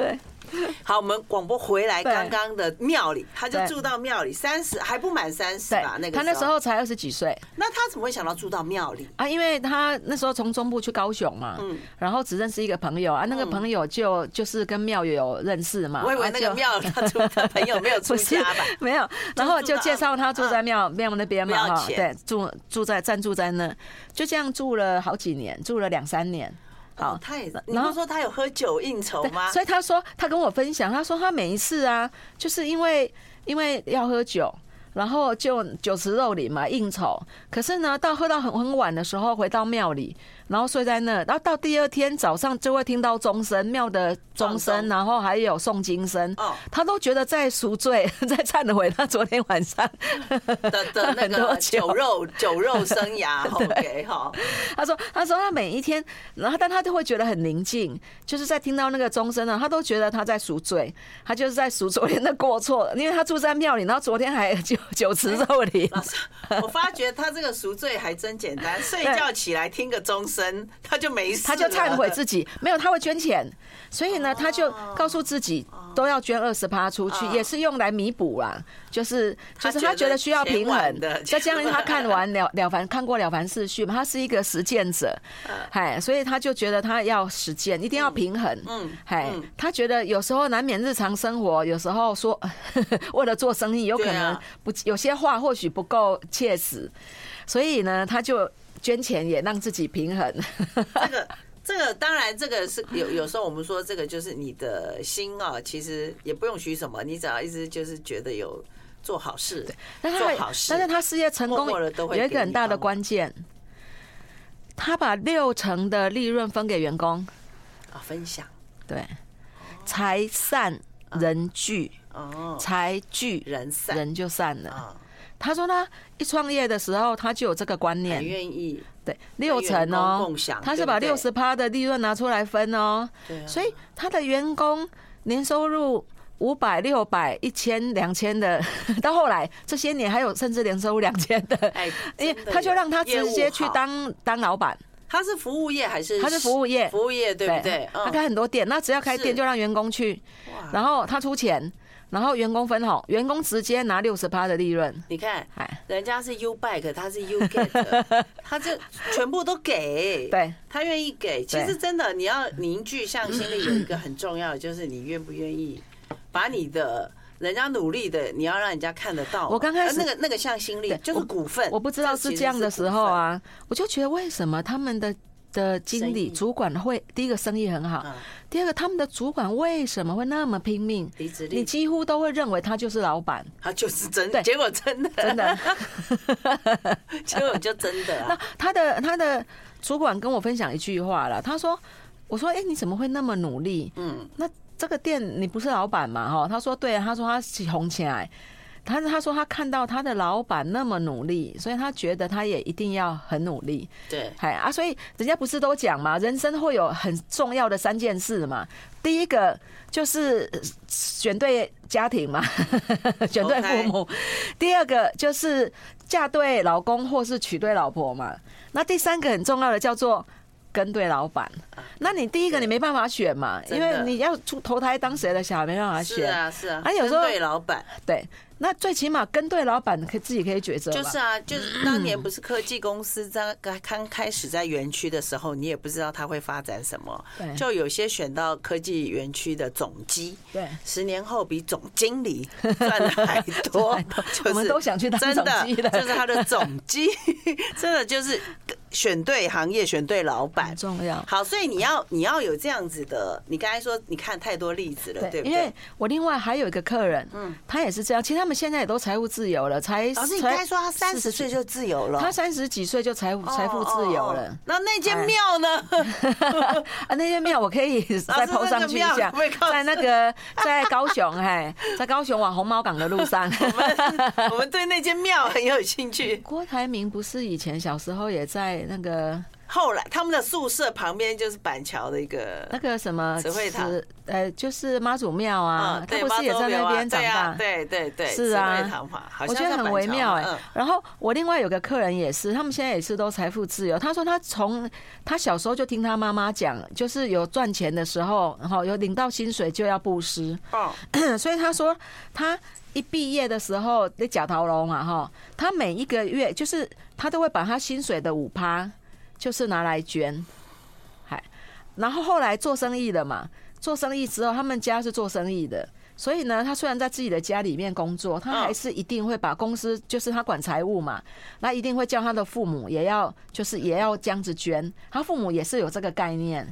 Speaker 2: 对，
Speaker 1: 好，我们广播回来
Speaker 2: 对
Speaker 1: 刚刚的庙里，他就
Speaker 2: 对
Speaker 1: 住到庙里，三十还不满三十
Speaker 2: 对
Speaker 1: 吧？，那个
Speaker 2: 他那时候，才二十几岁
Speaker 1: 那他怎么会想到住到庙里？
Speaker 2: 啊，因为他那时候从中部去高雄嘛，
Speaker 1: 嗯
Speaker 2: 然后只认识一个朋友啊，那个朋友就就是跟庙友有认识嘛，
Speaker 1: 我以为
Speaker 2: 啊
Speaker 1: 那
Speaker 2: 就
Speaker 1: 个庙他住的朋友没有出
Speaker 2: [LAUGHS] 不是
Speaker 1: 家吧？
Speaker 2: 没有，然后就介绍他住在庙庙那边嘛
Speaker 1: 庙
Speaker 2: 哈，
Speaker 1: 前
Speaker 2: 对，住住在暂住在那，就这样住了好几年，住了两三年。
Speaker 1: 哦
Speaker 2: 好，，
Speaker 1: 他也，你
Speaker 2: 啊然
Speaker 1: 不
Speaker 2: 后
Speaker 1: 是说他有喝酒应酬
Speaker 2: 对
Speaker 1: 吗？
Speaker 2: 所以他说，他跟我分享，他说他每一次啊，就是因为因为要喝酒，然后就酒池肉林嘛，应酬。可是呢，到喝到很很晚的时候，回到庙里，然后睡在那，然后到第二天早上就会听到钟声，庙的钟
Speaker 1: 放
Speaker 2: 声，
Speaker 1: 钟
Speaker 2: 然后还有诵经声
Speaker 1: 哦，
Speaker 2: 他都觉得在赎罪， [LAUGHS] 在忏悔他昨天晚上
Speaker 1: 的的那
Speaker 2: 很
Speaker 1: 个
Speaker 2: 多酒
Speaker 1: 酒肉酒肉生
Speaker 2: [LAUGHS]
Speaker 1: 涯，OK 哈，
Speaker 2: 他说，他说他每一天，然后但他就会觉得很宁静，就是在听到那个钟声呢，他都觉得他在赎罪，他就是在赎 [LAUGHS] 昨天的过错，因为他住在庙里，然后昨天还酒酒池肉林，
Speaker 1: 哎老师， [LAUGHS] 我发觉他这个赎罪还真简单，睡觉起来听个钟声，他就没事了，
Speaker 2: [LAUGHS] 他就忏悔自己，没有他会捐钱，所以呢，他就告诉自己都要捐二十趴出去，
Speaker 1: 哦
Speaker 2: 也是用来弥补啦，就是
Speaker 1: 他
Speaker 2: 就是他
Speaker 1: 觉
Speaker 2: 觉
Speaker 1: 得
Speaker 2: 得需要平
Speaker 1: 钱晚
Speaker 2: 衡
Speaker 1: 的，
Speaker 2: 再加上他看完了了凡看过了凡四训嘛，他是一个实践
Speaker 1: [LAUGHS]
Speaker 2: 者，
Speaker 1: 啊
Speaker 2: 哎，所以他就觉得他要实践，一定要平衡，
Speaker 1: 嗯嗯
Speaker 2: 哎
Speaker 1: 嗯，
Speaker 2: 他觉得有时候难免日常生活，有时候说 [LAUGHS] 为了做生意，有可
Speaker 1: 对
Speaker 2: 能
Speaker 1: 啊
Speaker 2: 不有些话或许不够切实，所以呢，他就。捐钱也让自己平衡，
Speaker 1: [LAUGHS] 这个。这个当然，这个是有有时候我们说这个就是你的心啊，其实也不用许什么，你只要一直就是觉得有做好事，
Speaker 2: 但
Speaker 1: 做
Speaker 2: 他
Speaker 1: 好事
Speaker 2: 但是他事业成功
Speaker 1: 默默地都会
Speaker 2: 有一
Speaker 1: 给
Speaker 2: 个很
Speaker 1: 你
Speaker 2: 大的
Speaker 1: 帮忙
Speaker 2: 关键，他把六成的利润分给员工，
Speaker 1: 啊，分享
Speaker 2: 对，财散人聚，
Speaker 1: 哦，
Speaker 2: 财聚
Speaker 1: 人善
Speaker 2: 人就散了。
Speaker 1: 啊，
Speaker 2: 他说呢，一创业的时候他就有这个观
Speaker 1: 很
Speaker 2: 念，
Speaker 1: 愿意，
Speaker 2: 对，六成
Speaker 1: 员工
Speaker 2: 哦
Speaker 1: 共享，
Speaker 2: 他是把
Speaker 1: 对不
Speaker 2: 六
Speaker 1: 对
Speaker 2: 十趴的利润拿出来分哦，
Speaker 1: 对啊
Speaker 2: 所以他的员工年收入。五百、六百、一千、两千的， [LAUGHS] 到后来这些年还有甚至年收入两千的，
Speaker 1: 哎，
Speaker 2: 因为
Speaker 1: 真的
Speaker 2: 他就
Speaker 1: 有
Speaker 2: 让他
Speaker 1: 业
Speaker 2: 直
Speaker 1: 务
Speaker 2: 接去
Speaker 1: 好
Speaker 2: 当当老板，
Speaker 1: 他是服务业还是
Speaker 2: 他是服务业
Speaker 1: 服务业对不对？哦嗯
Speaker 2: 他开很多店，那只要开
Speaker 1: 是
Speaker 2: 店就让员工去，
Speaker 1: 哇
Speaker 2: 然后他出钱，然后员工分红，员工直接拿六十趴的利润，
Speaker 1: 你看，
Speaker 2: 哎，
Speaker 1: 人家是 U Bike，他是 U
Speaker 2: [LAUGHS]
Speaker 1: Get，他这全部都给，
Speaker 2: 对，
Speaker 1: 他愿意给。其实真的，你要凝聚向心力，有一个很重要的就是你愿不愿意把你的。人家努力的，你要让人家看得到嘛。
Speaker 2: 我刚开
Speaker 1: 呃
Speaker 2: 始
Speaker 1: 那个那个向心力
Speaker 2: 对
Speaker 1: 就是股份，
Speaker 2: 我不知道是这样的时候啊，我就觉得为什么他们的的经
Speaker 1: 生意
Speaker 2: 理主管会第一个生意很好
Speaker 1: 嗯，
Speaker 2: 第二个他们的主管为什么会那么拼命？
Speaker 1: 这其实是股份，离职
Speaker 2: 你
Speaker 1: 力，
Speaker 2: 几乎都会认为他就是老板，
Speaker 1: 他啊就是真的，
Speaker 2: 对
Speaker 1: 结果真的，
Speaker 2: 真
Speaker 1: [LAUGHS]
Speaker 2: 的。
Speaker 1: 结果就真的
Speaker 2: [LAUGHS] 那
Speaker 1: 啊。
Speaker 2: 他的他的主管跟我分享一句话了，他说：“我说，哎、你怎么会那么努力？
Speaker 1: 嗯，
Speaker 2: 那这个店你不是老板嘛？哈，他说对啊，他说他起红起来，他他说他看到他的老板那么努力，所以他觉得他也一定要很努力，
Speaker 1: 对，
Speaker 2: 哎啊，所以人家不是都讲嘛，人生会有很重要的三件事嘛，第一个就是呃选对家庭嘛， [LAUGHS] 选对父母，第二个就是嫁对老公或是娶对老婆嘛，那第三个很重要的叫做。跟对老板，那你第一个你没办法选嘛，
Speaker 1: 啊真
Speaker 2: 因
Speaker 1: 的
Speaker 2: 为你要出投胎当谁的小孩没办法
Speaker 1: 是
Speaker 2: 选，
Speaker 1: 啊是啊。
Speaker 2: 啊有时候
Speaker 1: 针对老板，
Speaker 2: 对。那最起码跟对老板，可以自己可以抉择嘛，
Speaker 1: 就是啊，
Speaker 2: [CLEARS THROAT]
Speaker 1: 就是当年不是科技公司在刚刚开始在园区的时候，你也不知道它会发展什么
Speaker 2: 对，
Speaker 1: 就有些选到科技园区的总机。
Speaker 2: 对。
Speaker 1: 十年后比总经
Speaker 2: [LAUGHS]
Speaker 1: 理赚的还多
Speaker 2: 赚得还多，
Speaker 1: 就是
Speaker 2: 我们都想去当
Speaker 1: 真的
Speaker 2: 总机了
Speaker 1: 就是他的总机， [LAUGHS] 真的就是选对行业，选对老板
Speaker 2: 很。重要。
Speaker 1: 好，所以你要你要有这样子的，你刚才说你看太多例子了，对不
Speaker 2: 因为
Speaker 1: 对？
Speaker 2: 我另外还有一个客人，嗯，他也是这样。其实他们现在也都财务自由了，才
Speaker 1: 老师，你
Speaker 2: 才
Speaker 1: 刚才说他三十
Speaker 2: 40
Speaker 1: 岁就自由了，
Speaker 2: 他三十几岁就财务
Speaker 1: 哦
Speaker 2: 财富自由了哎
Speaker 1: 哦哦。那那间庙
Speaker 2: [LAUGHS]
Speaker 1: 呢？
Speaker 2: 啊，那些庙我可
Speaker 1: [LAUGHS]
Speaker 2: 以再抛上去一
Speaker 1: 哦那个庙
Speaker 2: 下
Speaker 1: 可不可以告，诉
Speaker 2: 在那个在高雄，哎，在高雄往红毛港的路上。
Speaker 1: [LAUGHS]
Speaker 2: [LAUGHS]
Speaker 1: 我们对那间庙很有兴趣。
Speaker 2: 郭台铭不是以前小时候也在那个
Speaker 1: 后来他们的宿舍旁边就是板桥的一个
Speaker 2: 那个什么
Speaker 1: 慈惠堂
Speaker 2: 慈，呃，就是妈祖庙啊，他
Speaker 1: 对，
Speaker 2: 不
Speaker 1: 妈
Speaker 2: 是也
Speaker 1: 祖
Speaker 2: 在
Speaker 1: 庙
Speaker 2: 那
Speaker 1: 啊
Speaker 2: 边长
Speaker 1: 对啊
Speaker 2: 大？
Speaker 1: 对对对，
Speaker 2: 是啊
Speaker 1: 慈惠堂嘛，好
Speaker 2: 我
Speaker 1: 像
Speaker 2: 觉得
Speaker 1: 在
Speaker 2: 很
Speaker 1: 板
Speaker 2: 微
Speaker 1: 桥
Speaker 2: 妙
Speaker 1: 嘛
Speaker 2: 哎、
Speaker 1: 嗯
Speaker 2: 然后我另外有个客人也是，他们现在也是都财富自由。他说他从他小时候就听他妈妈讲，就是有赚钱的时候，然后有领到薪水就要布施。
Speaker 1: 哦，
Speaker 2: [CLEARS THROAT] 所以他说他一毕业的时候那假桃龙啊哈，他每一个月就是他都会把他薪水的五趴就是拿来捐，还然后后来做生意了嘛，做生意之后他们家是做生意的。所以呢，他虽然在自己的家里面工作，他
Speaker 1: 嗯
Speaker 2: 还是一定会把公司，就是他管财务嘛，那一定会叫他的父母也要，就是也要这样子捐。他父母也是有这个概念，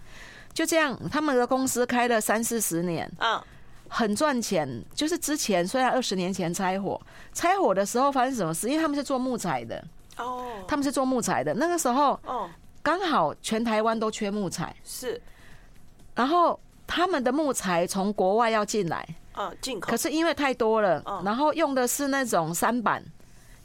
Speaker 2: 就这样，他们的公司开了三四十年，
Speaker 1: 嗯，
Speaker 2: 很赚钱，就是之前虽然二十年前拆伙，拆伙的时候发生什么事？因为他们是做木材的，
Speaker 1: 哦，
Speaker 2: 他们是做木材的，那个时候
Speaker 1: 哦，
Speaker 2: 刚好全台湾都缺木材，
Speaker 1: 是，
Speaker 2: 然后他们的木材从国外要进来，
Speaker 1: 嗯，进口
Speaker 2: 可，是因为太多了
Speaker 1: 哦，
Speaker 2: 然后用的是那种舢板，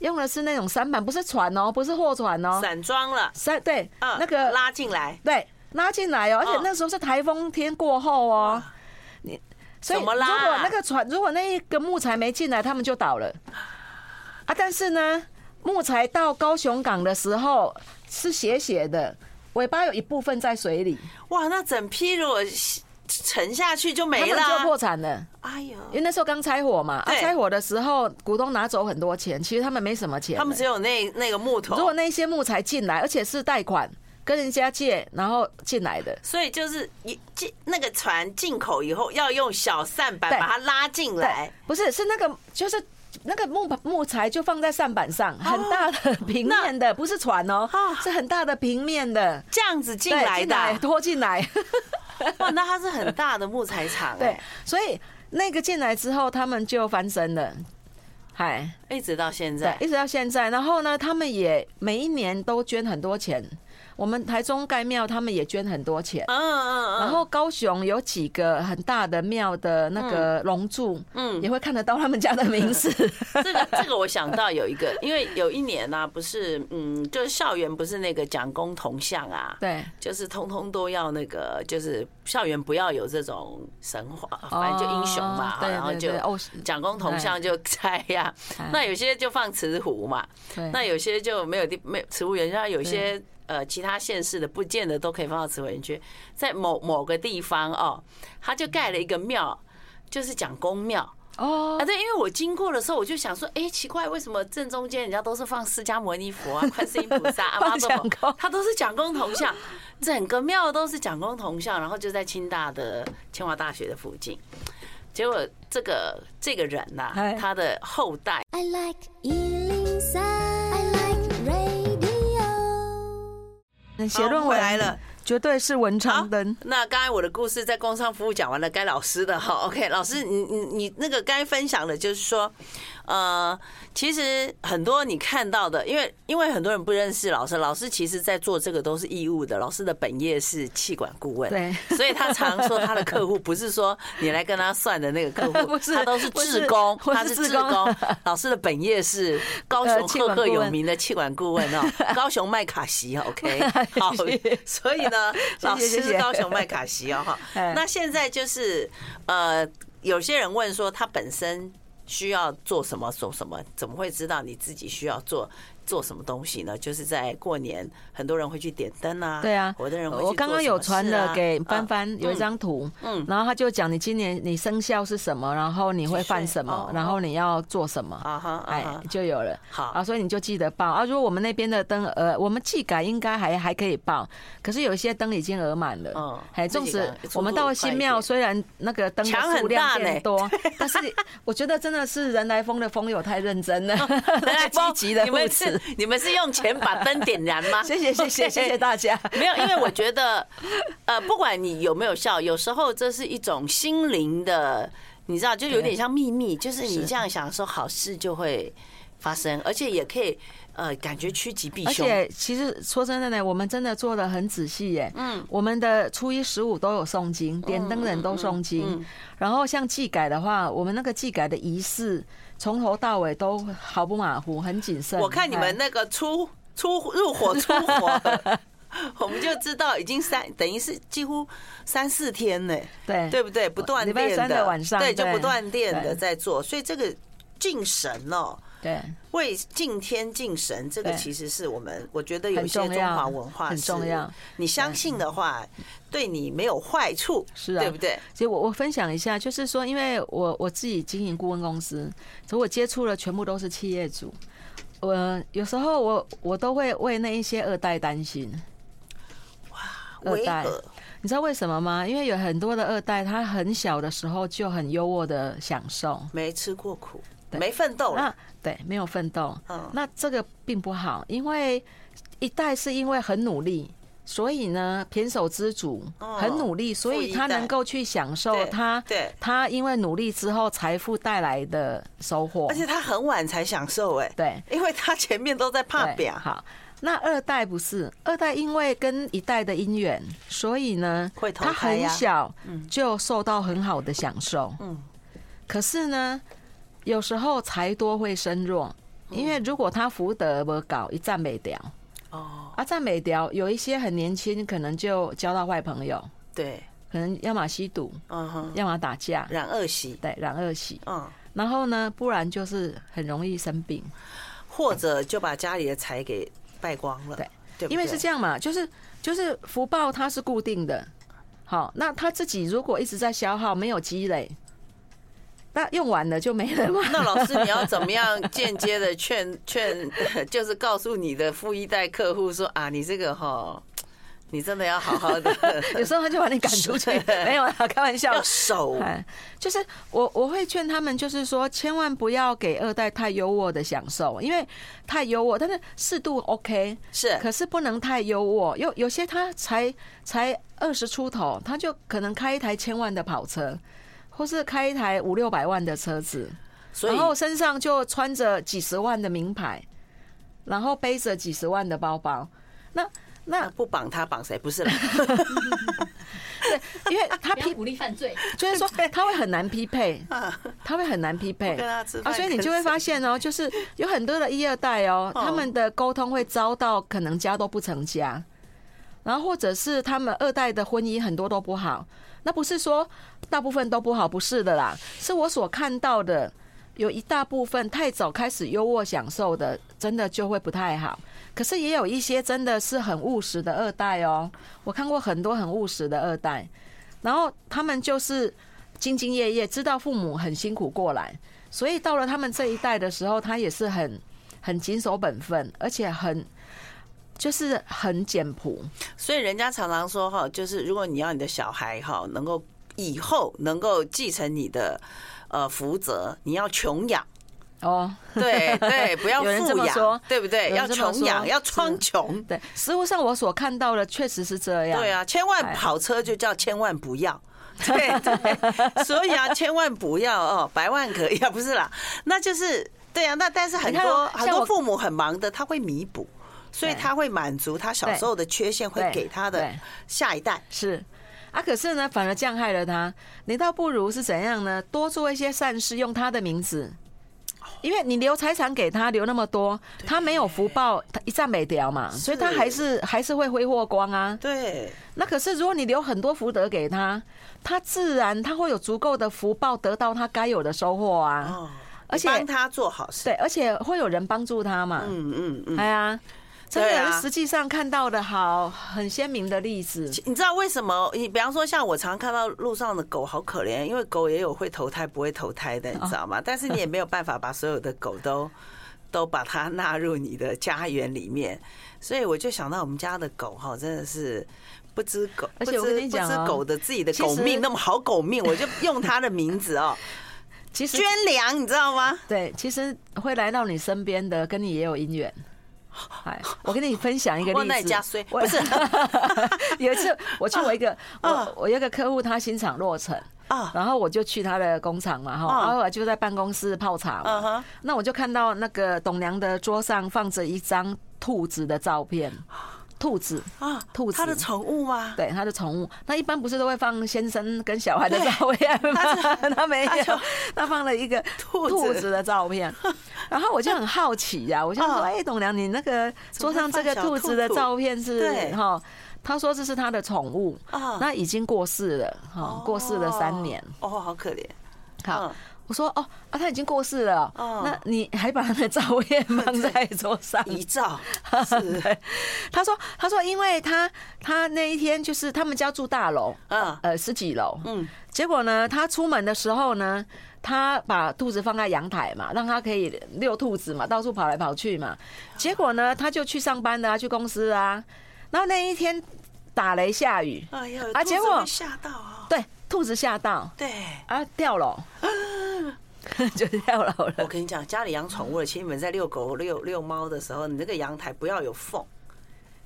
Speaker 2: 用的是那种舢板，不是船哦，不是货船哦，
Speaker 1: 散装了，
Speaker 2: 三对
Speaker 1: 嗯，
Speaker 2: 那个
Speaker 1: 拉进来，
Speaker 2: 对拉进来哦，而且
Speaker 1: 哦
Speaker 2: 那时候是台风天过后哦。所以
Speaker 1: 怎么
Speaker 2: 如果
Speaker 1: 啦
Speaker 2: 那个船，如果那一个木材没进来，他们就倒了啊。但是呢，木材到高雄港的时候是斜斜的，尾巴有一部分在水里，
Speaker 1: 哇，那整批如果沉下去就
Speaker 2: 他
Speaker 1: 没了
Speaker 2: 们就
Speaker 1: 啊，
Speaker 2: 破产了。
Speaker 1: 哎呦，
Speaker 2: 因为那时候刚拆伙嘛，啊，
Speaker 1: 对
Speaker 2: 拆伙的时候股东拿走很多钱，其实他们没什么钱了。
Speaker 1: 他们只有那那个木头，
Speaker 2: 如果那些木材进来，而且是贷款跟人家借，然后进来的，
Speaker 1: 所以就是一进那个船进口以后，要用小扇板
Speaker 2: 对
Speaker 1: 把它拉进来
Speaker 2: 对，，不是是那个就是。那个木木材就放在扇板上，很
Speaker 1: 哦
Speaker 2: 大的平面的，不是船哦
Speaker 1: 啊，
Speaker 2: 是很大的平面的，
Speaker 1: 这样子进
Speaker 2: 对
Speaker 1: 来的啊。
Speaker 2: 拖进来，
Speaker 1: [LAUGHS] 哇，那它是很大的木材厂、
Speaker 2: [LAUGHS] 对
Speaker 1: 哎，，
Speaker 2: 所以那个进来之后，他们就翻身了，嗨，
Speaker 1: 哎一直到现
Speaker 2: 对
Speaker 1: 在，，
Speaker 2: 一直到现在。然后呢，他们也每一年都捐很多钱，我们台中盖庙他们也捐很多钱，
Speaker 1: 嗯嗯嗯，
Speaker 2: 然后高雄有几个很大的庙的那个龙柱，
Speaker 1: 嗯
Speaker 2: 嗯，也会看得到他们家的名字。
Speaker 1: [LAUGHS] 这个这个我想到有一个，因为有一年呢、不是嗯，就是校园不是那个蒋公铜像啊，
Speaker 2: [LAUGHS] 对，
Speaker 1: 就是通通都要那个，就是校园不要有这种神话，反正就英雄嘛，
Speaker 2: 对
Speaker 1: 然后
Speaker 2: 对
Speaker 1: 就
Speaker 2: 对哦，
Speaker 1: 蒋公铜像就拆呀、
Speaker 2: 哎
Speaker 1: 那有些就放瓷壶嘛，
Speaker 2: 对
Speaker 1: 那有些就没有地没有植物园，像有些呃其他县市的不见得都可以放到植物园去，在某某个地方哦，他就盖了一个庙，就是讲公庙
Speaker 2: 哦
Speaker 1: 啊。，对，因为我经过的时候，我就想说，哎，奇怪，为什么正中间人家都是放释迦牟尼佛
Speaker 2: [LAUGHS]
Speaker 1: 啊、观世音菩萨、阿妈
Speaker 2: 放
Speaker 1: 这
Speaker 2: 蒋公
Speaker 1: 么，他都是讲公铜像，整个庙都是讲公铜像，然后就在清大的清华大学的附近。结果这个这个人呐、
Speaker 2: 哎
Speaker 1: 他的后代。
Speaker 3: I like Ealing Sound. I like radio.
Speaker 2: 写论
Speaker 1: 好回
Speaker 2: 文
Speaker 1: 来了，
Speaker 2: 绝对是文
Speaker 1: 好
Speaker 2: 昌灯。
Speaker 1: 那刚才我的故事在工商服务讲完了，该老师的哈。OK，老师，你你你那个该分享的，就是说，呃，其实很多你看到的，因为因为很多人不认识老师，老师其实在做这个都是义务的，老师的本业是气管顾问，
Speaker 2: 对
Speaker 1: 所以他常说他的客户不是说你来跟他算的那个客户，
Speaker 2: [LAUGHS] 不是
Speaker 1: 他都是
Speaker 2: 不是
Speaker 1: 志工，
Speaker 2: 我是
Speaker 1: 他是
Speaker 2: 志
Speaker 1: 志
Speaker 2: 工 [LAUGHS]
Speaker 1: 工。老师的本业是高
Speaker 2: 呃
Speaker 1: 雄
Speaker 2: 气
Speaker 1: 赫
Speaker 2: 管
Speaker 1: 赫
Speaker 2: 顾
Speaker 1: 有
Speaker 2: 问
Speaker 1: 名的气管顾问
Speaker 2: [LAUGHS]
Speaker 1: 哦，高雄麦卡锡哦，OK，好，所以呢，
Speaker 2: 谢
Speaker 1: 老师
Speaker 2: 谢
Speaker 1: 是
Speaker 2: 谢
Speaker 1: 高雄麦卡锡哦哈。
Speaker 2: [LAUGHS] 哎
Speaker 1: 那现在就是呃，有些人问说他本身需要做什么做什么，怎么会知道你自己需要做？做什么东西呢？就是在过年，很多人会去点灯啊。
Speaker 2: [LAUGHS] 对啊，
Speaker 1: 有的人会去
Speaker 2: 我刚刚有
Speaker 1: 做什么
Speaker 2: 传
Speaker 1: 事
Speaker 2: 了
Speaker 1: 啊
Speaker 2: 给
Speaker 1: 嗯
Speaker 2: 帆帆有一张图，
Speaker 1: 嗯
Speaker 2: 嗯，然后他就讲你今年你生肖是什么，然后你会犯什
Speaker 1: 几岁
Speaker 2: 么
Speaker 1: 哦，
Speaker 2: 然后你要做什么，
Speaker 1: 啊哈啊
Speaker 2: 哎
Speaker 1: 哈，
Speaker 2: 就有了。
Speaker 1: 好
Speaker 2: 啊，所以你就记得报啊。如果我们那边的灯呃，我们技改应该还还可以报，可是有一些灯已经额满了。
Speaker 1: 嗯
Speaker 2: 嗯，哎，
Speaker 1: 自
Speaker 2: 纵
Speaker 1: 己
Speaker 2: 使
Speaker 1: 改速
Speaker 2: 我们
Speaker 1: 度
Speaker 2: 到了
Speaker 1: 快一
Speaker 2: 新
Speaker 1: 点
Speaker 2: 庙，虽然那个灯
Speaker 1: 墙
Speaker 2: 的
Speaker 1: 很
Speaker 2: 数量
Speaker 1: 大呢
Speaker 2: 变多，
Speaker 1: [LAUGHS]
Speaker 2: 但是我觉得真的是人来疯的疯友太认真了，
Speaker 1: [LAUGHS] 人 [LAUGHS] 来
Speaker 2: [LAUGHS] 太积
Speaker 1: 包
Speaker 2: 极的
Speaker 1: 你
Speaker 2: 扶
Speaker 1: 们
Speaker 2: 持 [LAUGHS]
Speaker 1: 是。你们是用钱把灯点燃吗？
Speaker 2: 谢谢谢谢
Speaker 1: OK
Speaker 2: 谢谢大家。
Speaker 1: [LAUGHS] 没有，因为我觉得，呃，不管你有没有笑，有时候这是一种心灵的，你知道，就有点像秘密，就是你这样想说，好事就会发生，而且也可以，呃，感觉趋吉避
Speaker 2: 而
Speaker 1: 凶。
Speaker 2: 且其实说真的呢，我们真的做的很仔细耶。
Speaker 1: 嗯
Speaker 2: 嗯，我们的初一十五都有诵经，点灯人都诵
Speaker 1: 嗯嗯
Speaker 2: 经
Speaker 1: 嗯。
Speaker 2: 然后像祭改的话，我们那个祭改的仪式从头到尾都毫不马虎，很谨慎。
Speaker 1: 我看你们
Speaker 2: 哎 [LAUGHS]
Speaker 1: 那个出出入火出火，我们就知道已经三，等于是几乎三四天呢，
Speaker 2: 哎对
Speaker 1: 对不对？不断
Speaker 2: 礼
Speaker 1: 电
Speaker 2: 拜三的晚上
Speaker 1: 对，就
Speaker 2: 对
Speaker 1: 不断电的
Speaker 2: 对
Speaker 1: 在做，所以这个敬神哦，
Speaker 2: 对，
Speaker 1: 为敬天敬神，这个
Speaker 2: 对
Speaker 1: 其实是我们我觉得有
Speaker 2: 很
Speaker 1: 些
Speaker 2: 重
Speaker 1: 中
Speaker 2: 要
Speaker 1: 华文化
Speaker 2: 很
Speaker 1: 是
Speaker 2: 重要。
Speaker 1: 你相信的话，对你没有坏处，
Speaker 2: 是啊
Speaker 1: 对不对？
Speaker 2: 所以我我分享一下，就是说，因为我我自己经营顾问公司，所以我接触的全部都是企业主。我有时候我我都会为那一些二代担心，二
Speaker 1: 为
Speaker 2: 代
Speaker 1: 何？
Speaker 2: 你知道为什么吗？因为有很多的二代，他很小的时候就很优渥的享受，
Speaker 1: 没吃过苦，
Speaker 2: 对啊
Speaker 1: 没奋斗了，
Speaker 2: 那对没有奋斗，
Speaker 1: 哦嗯，
Speaker 2: 那这个并不好，因为一代是因为很努力，所以呢胼手知足，
Speaker 1: 哦
Speaker 2: 很努力，所以他
Speaker 1: 富一代
Speaker 2: 能够去享受
Speaker 1: 对
Speaker 2: 他
Speaker 1: 对
Speaker 2: 他因为努力之后财富带来的收获
Speaker 1: 而，且他很晚才享受，哎，
Speaker 2: 对
Speaker 1: 因为他前面都在怕
Speaker 2: 对，
Speaker 1: 表，
Speaker 2: 好。那二代不是二代，因为跟一代的姻缘，所以呢
Speaker 1: 会，投
Speaker 2: 他
Speaker 1: 胎啊
Speaker 2: 很
Speaker 1: 呀
Speaker 2: 小就受到很好的享受。
Speaker 1: 嗯，
Speaker 2: 可是呢，有时候财多会身弱，
Speaker 1: 嗯
Speaker 2: 因为如果他福德不搞，一站没掉，
Speaker 1: 哦，
Speaker 2: 啊，在美雕有一些很年轻，可能就交到坏朋友，
Speaker 1: 对，
Speaker 2: 可能要么吸毒，
Speaker 1: 嗯哼，
Speaker 2: 要么打架，
Speaker 1: 染恶习，
Speaker 2: 对，染恶习。
Speaker 1: 嗯，
Speaker 2: 然后呢，不然就是很容易生病，
Speaker 1: 或者就把家里的财给败光了，
Speaker 2: 对
Speaker 1: 对不对，
Speaker 2: 因为是这样嘛，就是就是福报它是固定的，好，那他自己如果一直在消耗，没有积累，那用完了就没了
Speaker 1: [LAUGHS]
Speaker 2: 嘛。
Speaker 1: 那老师，你要怎么样间接的劝 [LAUGHS] 劝，就是告诉你的富一代客户说啊，你这个哈，你真的要好好
Speaker 2: [LAUGHS]
Speaker 1: 的
Speaker 2: 有时候他就把你赶出去， [LAUGHS] 没有啦，开玩笑
Speaker 1: 要，守，
Speaker 2: 哎，就是我我会劝他们，就是说千万不要给二代太优渥的享受，因为太优渥，但是适度 OK，
Speaker 1: 是
Speaker 2: 可是不能太优渥。有有些他才才二十出头，他就可能开一台千万的跑车，或是开一台五六百万的车子，
Speaker 1: 所以
Speaker 2: 然后身上就穿着几十万的名牌，然后背着几十万的包包，那
Speaker 1: [LAUGHS]
Speaker 2: 那
Speaker 1: 那不绑他绑谁？不是
Speaker 2: [LAUGHS]
Speaker 1: 啦，
Speaker 2: 因为他
Speaker 4: 不要
Speaker 2: 匹，
Speaker 4: 鼓励犯
Speaker 1: [LAUGHS]
Speaker 4: 罪。
Speaker 2: 就是说他会很难匹配，他会很难匹配。
Speaker 1: 啊跟他吃
Speaker 2: 啊，
Speaker 1: 饭，
Speaker 2: 所以你就会发现哦，就是有很多的一二代哦，
Speaker 1: 哦
Speaker 2: 他们的沟通会遭到可能家都不成家，然后或者是他们二代的婚姻很多都不好。那不是说大部分都不好，不是的啦，是我所看到的有一大部分太早开始优渥享受的，真的就会不太好。可是也有一些真的是很务实的二代哦，我看过很多很务实的二代，然后他们就是兢兢业业，知道父母很辛苦过来，所以到了他们这一代的时候，他也是很很谨守本分，而且很就是很简朴。
Speaker 1: 所以人家常常说哈，就是如果你要你的小孩哈，能够以后能够继承你的呃福泽，你要穷
Speaker 2: [LAUGHS]
Speaker 1: 养，
Speaker 2: 哦，
Speaker 1: 对对，不要
Speaker 2: 有人这
Speaker 1: 富
Speaker 2: 么
Speaker 1: 养
Speaker 2: 说，
Speaker 1: 对不对？
Speaker 2: 有
Speaker 1: 要
Speaker 2: 人这么
Speaker 1: 穷养，
Speaker 2: 说
Speaker 1: 要
Speaker 2: 是
Speaker 1: 装穷。
Speaker 2: 对，实物上我所看到的确实是这样。
Speaker 1: 对，啊，千万
Speaker 2: 哎
Speaker 1: 跑车就叫千万不
Speaker 2: [LAUGHS]
Speaker 1: 要。对对，所以啊，千万不要哦，百万可以啊，不是啦，那就是对啊，那但是很
Speaker 2: 你看
Speaker 1: 多
Speaker 2: 哦
Speaker 1: 很
Speaker 2: 像
Speaker 1: 多
Speaker 2: 我
Speaker 1: 父母很忙的，他会弥补，所以
Speaker 2: 对
Speaker 1: 他会满足他小时候的缺陷，会
Speaker 2: 对
Speaker 1: 给他的
Speaker 2: 对
Speaker 1: 下一代。
Speaker 2: 是。啊，可是呢，反而降害了他。你倒不如是怎样呢？多做一些善事，用他的名字，因为你留财产给他，留那么多，他没有福报，他一站没掉嘛，所以他
Speaker 1: 是
Speaker 2: 还是还是会挥霍光啊。
Speaker 1: 对，
Speaker 2: 那可是如果你留很多福德给他，他自然他会有足够的福报得到他该有的收获啊。
Speaker 1: 哦，
Speaker 2: 而
Speaker 1: 你
Speaker 2: 且
Speaker 1: 帮他做好事，
Speaker 2: 对，而且会有人帮助他嘛。
Speaker 1: 嗯嗯嗯。
Speaker 2: 哎呀，真
Speaker 1: 对啊
Speaker 2: 的实际上看到的好很鲜明的例子。
Speaker 1: 你知道为什么？你比方说，像我常看到路上的狗好可怜，因为狗也有会投胎不会投胎
Speaker 2: 哦
Speaker 1: 的，你知道吗？但是你也没有办法把所有的狗都 [LAUGHS] 都把它纳入你的家园里面，所以我就想到我们家的狗哈，真的是。不知狗，
Speaker 2: 而且我
Speaker 1: 不知
Speaker 2: 跟你讲
Speaker 1: 不
Speaker 2: 哦
Speaker 1: 知狗的自己的
Speaker 2: 其
Speaker 1: 狗
Speaker 2: 实
Speaker 1: 命那么好，狗命我就用它的名字
Speaker 2: [LAUGHS]
Speaker 1: 哦，
Speaker 2: 其实
Speaker 1: 捐粮，你知道吗？
Speaker 2: 对，其实会来到你身边的，跟你也有姻缘。
Speaker 1: [LAUGHS]
Speaker 2: 哎，我跟你分享一个
Speaker 1: 哇
Speaker 2: 例
Speaker 1: 那
Speaker 2: 子。
Speaker 1: 你家衰
Speaker 2: 我
Speaker 1: 不是
Speaker 2: [LAUGHS] 有一次我去我一个
Speaker 1: 啊
Speaker 2: 我我有一个客户，他新厂落成。
Speaker 1: 啊，
Speaker 2: 然后我就去他的工厂嘛，哈，
Speaker 1: 嗯
Speaker 2: 然后我就在办公室泡茶
Speaker 1: 嗯
Speaker 2: 嘛
Speaker 1: 哼。 [GASPS]
Speaker 2: 那我就看到那个董娘的桌上放着一张兔子的照片，兔子，
Speaker 1: 啊，
Speaker 2: 兔子
Speaker 1: 他的宠物吗？
Speaker 2: 对，他的宠物。那一般不是都会放先生跟小孩的
Speaker 1: 对
Speaker 2: 照
Speaker 1: [LAUGHS]
Speaker 2: 片
Speaker 1: 他
Speaker 2: 吗？
Speaker 1: 就
Speaker 2: [LAUGHS] 他没有
Speaker 1: 他就，
Speaker 2: 他放了一个
Speaker 1: 兔子
Speaker 2: 兔子的
Speaker 1: [LAUGHS]
Speaker 2: 照片。然后我就很好奇呀、我就说：“
Speaker 1: 嗯
Speaker 2: 哎，董娘，你那个桌上这个兔子的照片是
Speaker 1: 怎么会放小兔兔对
Speaker 2: 哈？”他说这是他的宠物，
Speaker 1: 啊
Speaker 2: 那已经过世了，哈，哦过世了三年。
Speaker 1: 哦，哦，好可怜。
Speaker 2: 好
Speaker 1: 嗯，
Speaker 2: 我说哦啊，他已经过世了，
Speaker 1: 嗯
Speaker 2: 那你还把他的照片放在桌
Speaker 1: [LAUGHS]
Speaker 2: 上，
Speaker 1: 遗照
Speaker 2: [LAUGHS]
Speaker 1: 是，
Speaker 2: 对，他说，他说，因为他他那一天就是他们家住大楼，
Speaker 1: 嗯
Speaker 2: 呃，十几楼，
Speaker 1: 嗯，
Speaker 2: 结果呢，他出门的时候呢，他把兔子放在阳台嘛，让他可以遛兔子嘛，到处跑来跑去嘛。结果呢，他就去上班的啊，去公司啊。然后那一天打雷下雨，
Speaker 1: 哎呦，
Speaker 2: 啊
Speaker 1: 兔
Speaker 2: 结
Speaker 1: 子
Speaker 2: 果
Speaker 1: 会吓到啊，
Speaker 2: 对，兔子吓到
Speaker 1: 对。
Speaker 2: 啊，掉楼， [LAUGHS] 就掉楼
Speaker 1: 我
Speaker 2: 了。
Speaker 1: 跟你讲，家里养宠物的，其实你们在遛狗、遛遛猫的时候，你那个阳台不要有缝，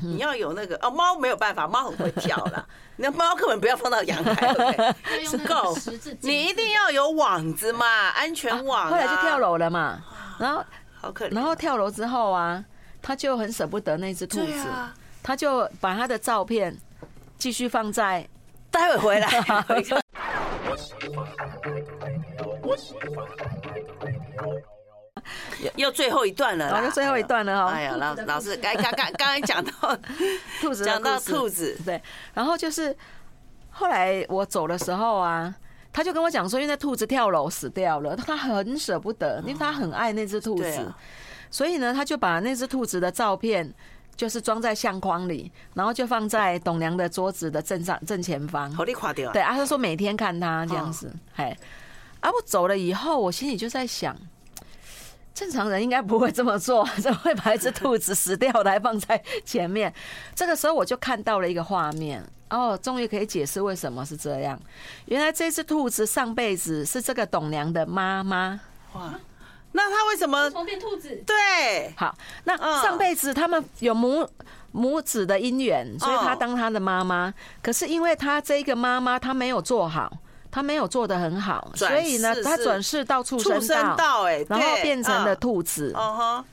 Speaker 2: 嗯
Speaker 1: 你要有那个哦，猫没有办法，猫很会跳
Speaker 2: [LAUGHS]
Speaker 1: 啦。那猫根本不要放到阳台，OK，
Speaker 4: 要用那
Speaker 1: 够
Speaker 4: 种十字镜，
Speaker 1: 你一定要有网子嘛，安
Speaker 2: 啊
Speaker 1: 全网、啊
Speaker 2: 后来就跳，楼了嘛。然后，
Speaker 1: 好可怜。
Speaker 2: 然后跳楼之后啊，他就很舍不得那只兔
Speaker 1: 对
Speaker 2: 子。
Speaker 1: 啊，
Speaker 2: 他就把他的照片继续放在
Speaker 1: 待会
Speaker 2: [LAUGHS]
Speaker 1: 回来。又最后一段了啦，
Speaker 2: 好就最后一段了哦
Speaker 1: 啊哎呀，
Speaker 2: [LAUGHS]
Speaker 1: 老老师，刚刚刚刚才讲到
Speaker 2: 兔子的
Speaker 1: 讲到
Speaker 2: 故事
Speaker 1: 兔子，
Speaker 2: 对，然后就是后来我走的时候啊，他就跟我讲说，因为那兔子跳楼死掉了，他很舍不得，因为他很爱那只兔
Speaker 1: 对
Speaker 2: 子
Speaker 1: 啊，
Speaker 2: 所以呢，他就把那只兔子的照片。就是装在相框里，然后就放在董娘的桌子的正上正前方。
Speaker 1: 好你垮掉，
Speaker 2: 对，啊，他说每天看他这样子，哎，啊，我走了以后，我心里就在想，正常人应该不会这么做， [LAUGHS] 怎么会把一只兔子死掉的还放在前面？这个时候我就看到了一个画面，哦，终于可以解释为什么是这样。原来这只兔子上辈子是这个董娘的妈妈。
Speaker 1: 哇，那他为什么
Speaker 4: 从变
Speaker 1: [LAUGHS]
Speaker 4: 兔子，
Speaker 1: 对？
Speaker 2: 好，那
Speaker 1: 嗯
Speaker 2: 上辈子他们有母母子的姻缘，所以他当他的妈妈。
Speaker 1: 哦
Speaker 2: 可是因为他这个妈妈，她没有做好，她没有做的很好，
Speaker 1: 转
Speaker 2: 所以呢
Speaker 1: 世，
Speaker 2: 她
Speaker 1: 是
Speaker 2: 转世到畜
Speaker 1: 畜生
Speaker 2: 道，
Speaker 1: 道哎、
Speaker 2: 然后
Speaker 1: 对
Speaker 2: 变成了，兔子。
Speaker 1: 嗯嗯哼，
Speaker 2: 啊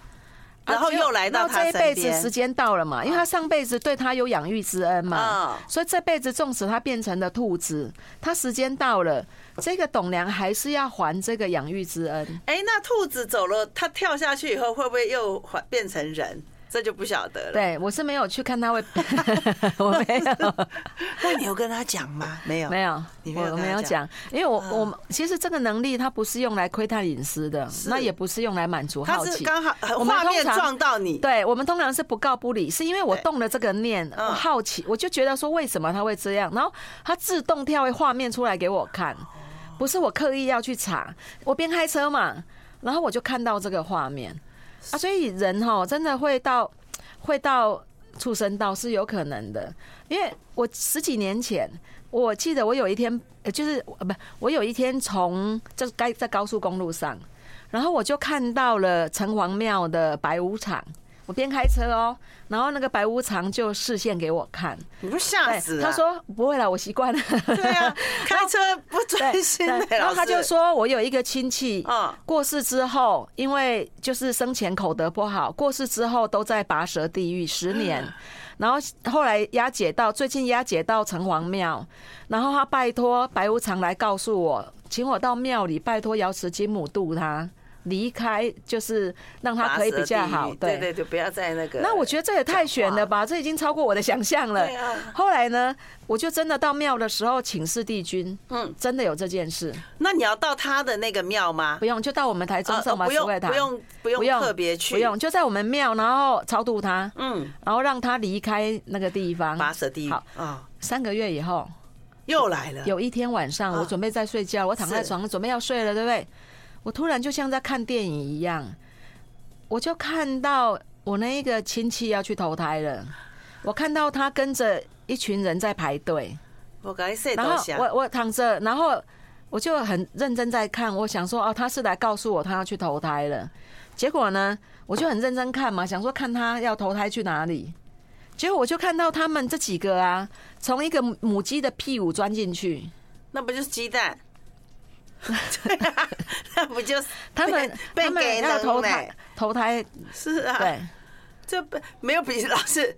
Speaker 1: 然后
Speaker 2: 只有
Speaker 1: 又来到
Speaker 2: 到
Speaker 1: 他
Speaker 2: 这一
Speaker 1: 身
Speaker 2: 辈子时
Speaker 1: 边，
Speaker 2: 间到了嘛，因为他上辈子对他有养育之恩嘛
Speaker 1: 嗯，
Speaker 2: 所以这辈子纵使他变成了兔子，他时间到了，这个董娘还是要还这个养育之恩。
Speaker 1: 哎、那兔子走了，它跳下去以后会不会又还变成人？这就不晓得了。
Speaker 2: 对我是没有去看他会， [LAUGHS] 我没有。
Speaker 1: 那你有跟他讲吗？
Speaker 2: [LAUGHS]
Speaker 1: 没有，
Speaker 2: 没有
Speaker 1: 你，没有
Speaker 2: 我
Speaker 1: 跟他
Speaker 2: 没有
Speaker 1: 讲
Speaker 2: 讲，因为我
Speaker 1: 啊
Speaker 2: 我们其实这个能力它不是用来窥探隐私的，那也不是用来满足
Speaker 1: 他
Speaker 2: 好
Speaker 1: 是
Speaker 2: 奇。
Speaker 1: 刚好
Speaker 2: 我们
Speaker 1: 画面
Speaker 2: 通常
Speaker 1: 撞到你，
Speaker 2: 对我们通常是不告不理，是因为我
Speaker 1: 对
Speaker 2: 动了这个念，
Speaker 1: 嗯
Speaker 2: 我好奇，我就觉得说为什么他会这样，然后他自动跳一画面出来给我看，
Speaker 1: 哦
Speaker 2: 不是我刻意要去查，我边开车嘛，然后我就看到这个画面啊，所以人哈真的会到会到畜生道是有可能的，因为我十几年前，我记得我有一天，呃就是呃不，我有一天从这该在高速公路上，然后我就看到了城隍庙的白无常，我边开车哦，然后那个白无常就视线给我看，哎
Speaker 1: 你不吓死、啊？
Speaker 2: 他，说不会啦，我习惯了。 [LAUGHS]
Speaker 1: 对啊， [LAUGHS] 开车不专心的、
Speaker 2: 对然后他
Speaker 1: 老
Speaker 2: 就
Speaker 1: 师，
Speaker 2: 说我有一个亲戚，
Speaker 1: 嗯，
Speaker 2: 过世之后，因为就是生前口德不好，过世之后都在拔舌地狱
Speaker 1: [SIGHS]
Speaker 2: 十年，然后后来押解到最近押解到城隍庙，然后他拜托白无常来告诉我，请我到庙里拜托瑶池金母渡他离开，就是让他可以比较
Speaker 1: 拔舌
Speaker 2: 好
Speaker 1: 地狱。对对对，不要在那个。
Speaker 2: 那我觉得这也太悬了
Speaker 1: 讲话？
Speaker 2: 吧，这已经超过我的想象了
Speaker 1: 对。啊，
Speaker 2: 后来呢，我就真的到庙的时候请示帝君，
Speaker 1: 嗯，
Speaker 2: 真的有这件事，
Speaker 1: 那你要到他的那个庙吗？
Speaker 2: 不用就到我们台中
Speaker 1: 呃
Speaker 2: 圣马
Speaker 1: 不
Speaker 2: 慈
Speaker 1: 用
Speaker 2: 惠堂
Speaker 1: 不。用不
Speaker 2: 不
Speaker 1: 用
Speaker 2: 用
Speaker 1: 特别去，
Speaker 2: 不用，就在我们庙，然后超度他，
Speaker 1: 嗯，
Speaker 2: 然后让他离开那个地方。
Speaker 1: 拔舌地狱啊
Speaker 2: 嗯好、三个月以后，
Speaker 1: 又来了，
Speaker 2: 有一天晚上，
Speaker 1: 啊
Speaker 2: 我准备在睡觉，我躺在
Speaker 1: 是
Speaker 2: 床上准备要睡了，对不对？我突然就像在看电影一样，我就看到我那一个亲戚要去投胎了，我看到他跟着一群人在排队，
Speaker 1: 我刚才说
Speaker 2: 然
Speaker 1: 多
Speaker 2: 后
Speaker 1: 下，
Speaker 2: 我我躺着，然后我就很认真在看，我想说哦，他是来告诉我他要去投胎了。结果呢，我就很认真看嘛，想说看他要投胎去哪里。结果我就看到他们这几个啊，从一个母鸡的屁股钻进去，
Speaker 1: 那不就是鸡
Speaker 2: [LAUGHS]
Speaker 1: 蛋？啊那不就是
Speaker 2: 他们
Speaker 1: 被被
Speaker 2: 他们
Speaker 1: 给
Speaker 2: 要
Speaker 1: 的
Speaker 2: 投胎，投胎
Speaker 1: [LAUGHS] 是啊，
Speaker 2: 对，
Speaker 1: 这不没有比老师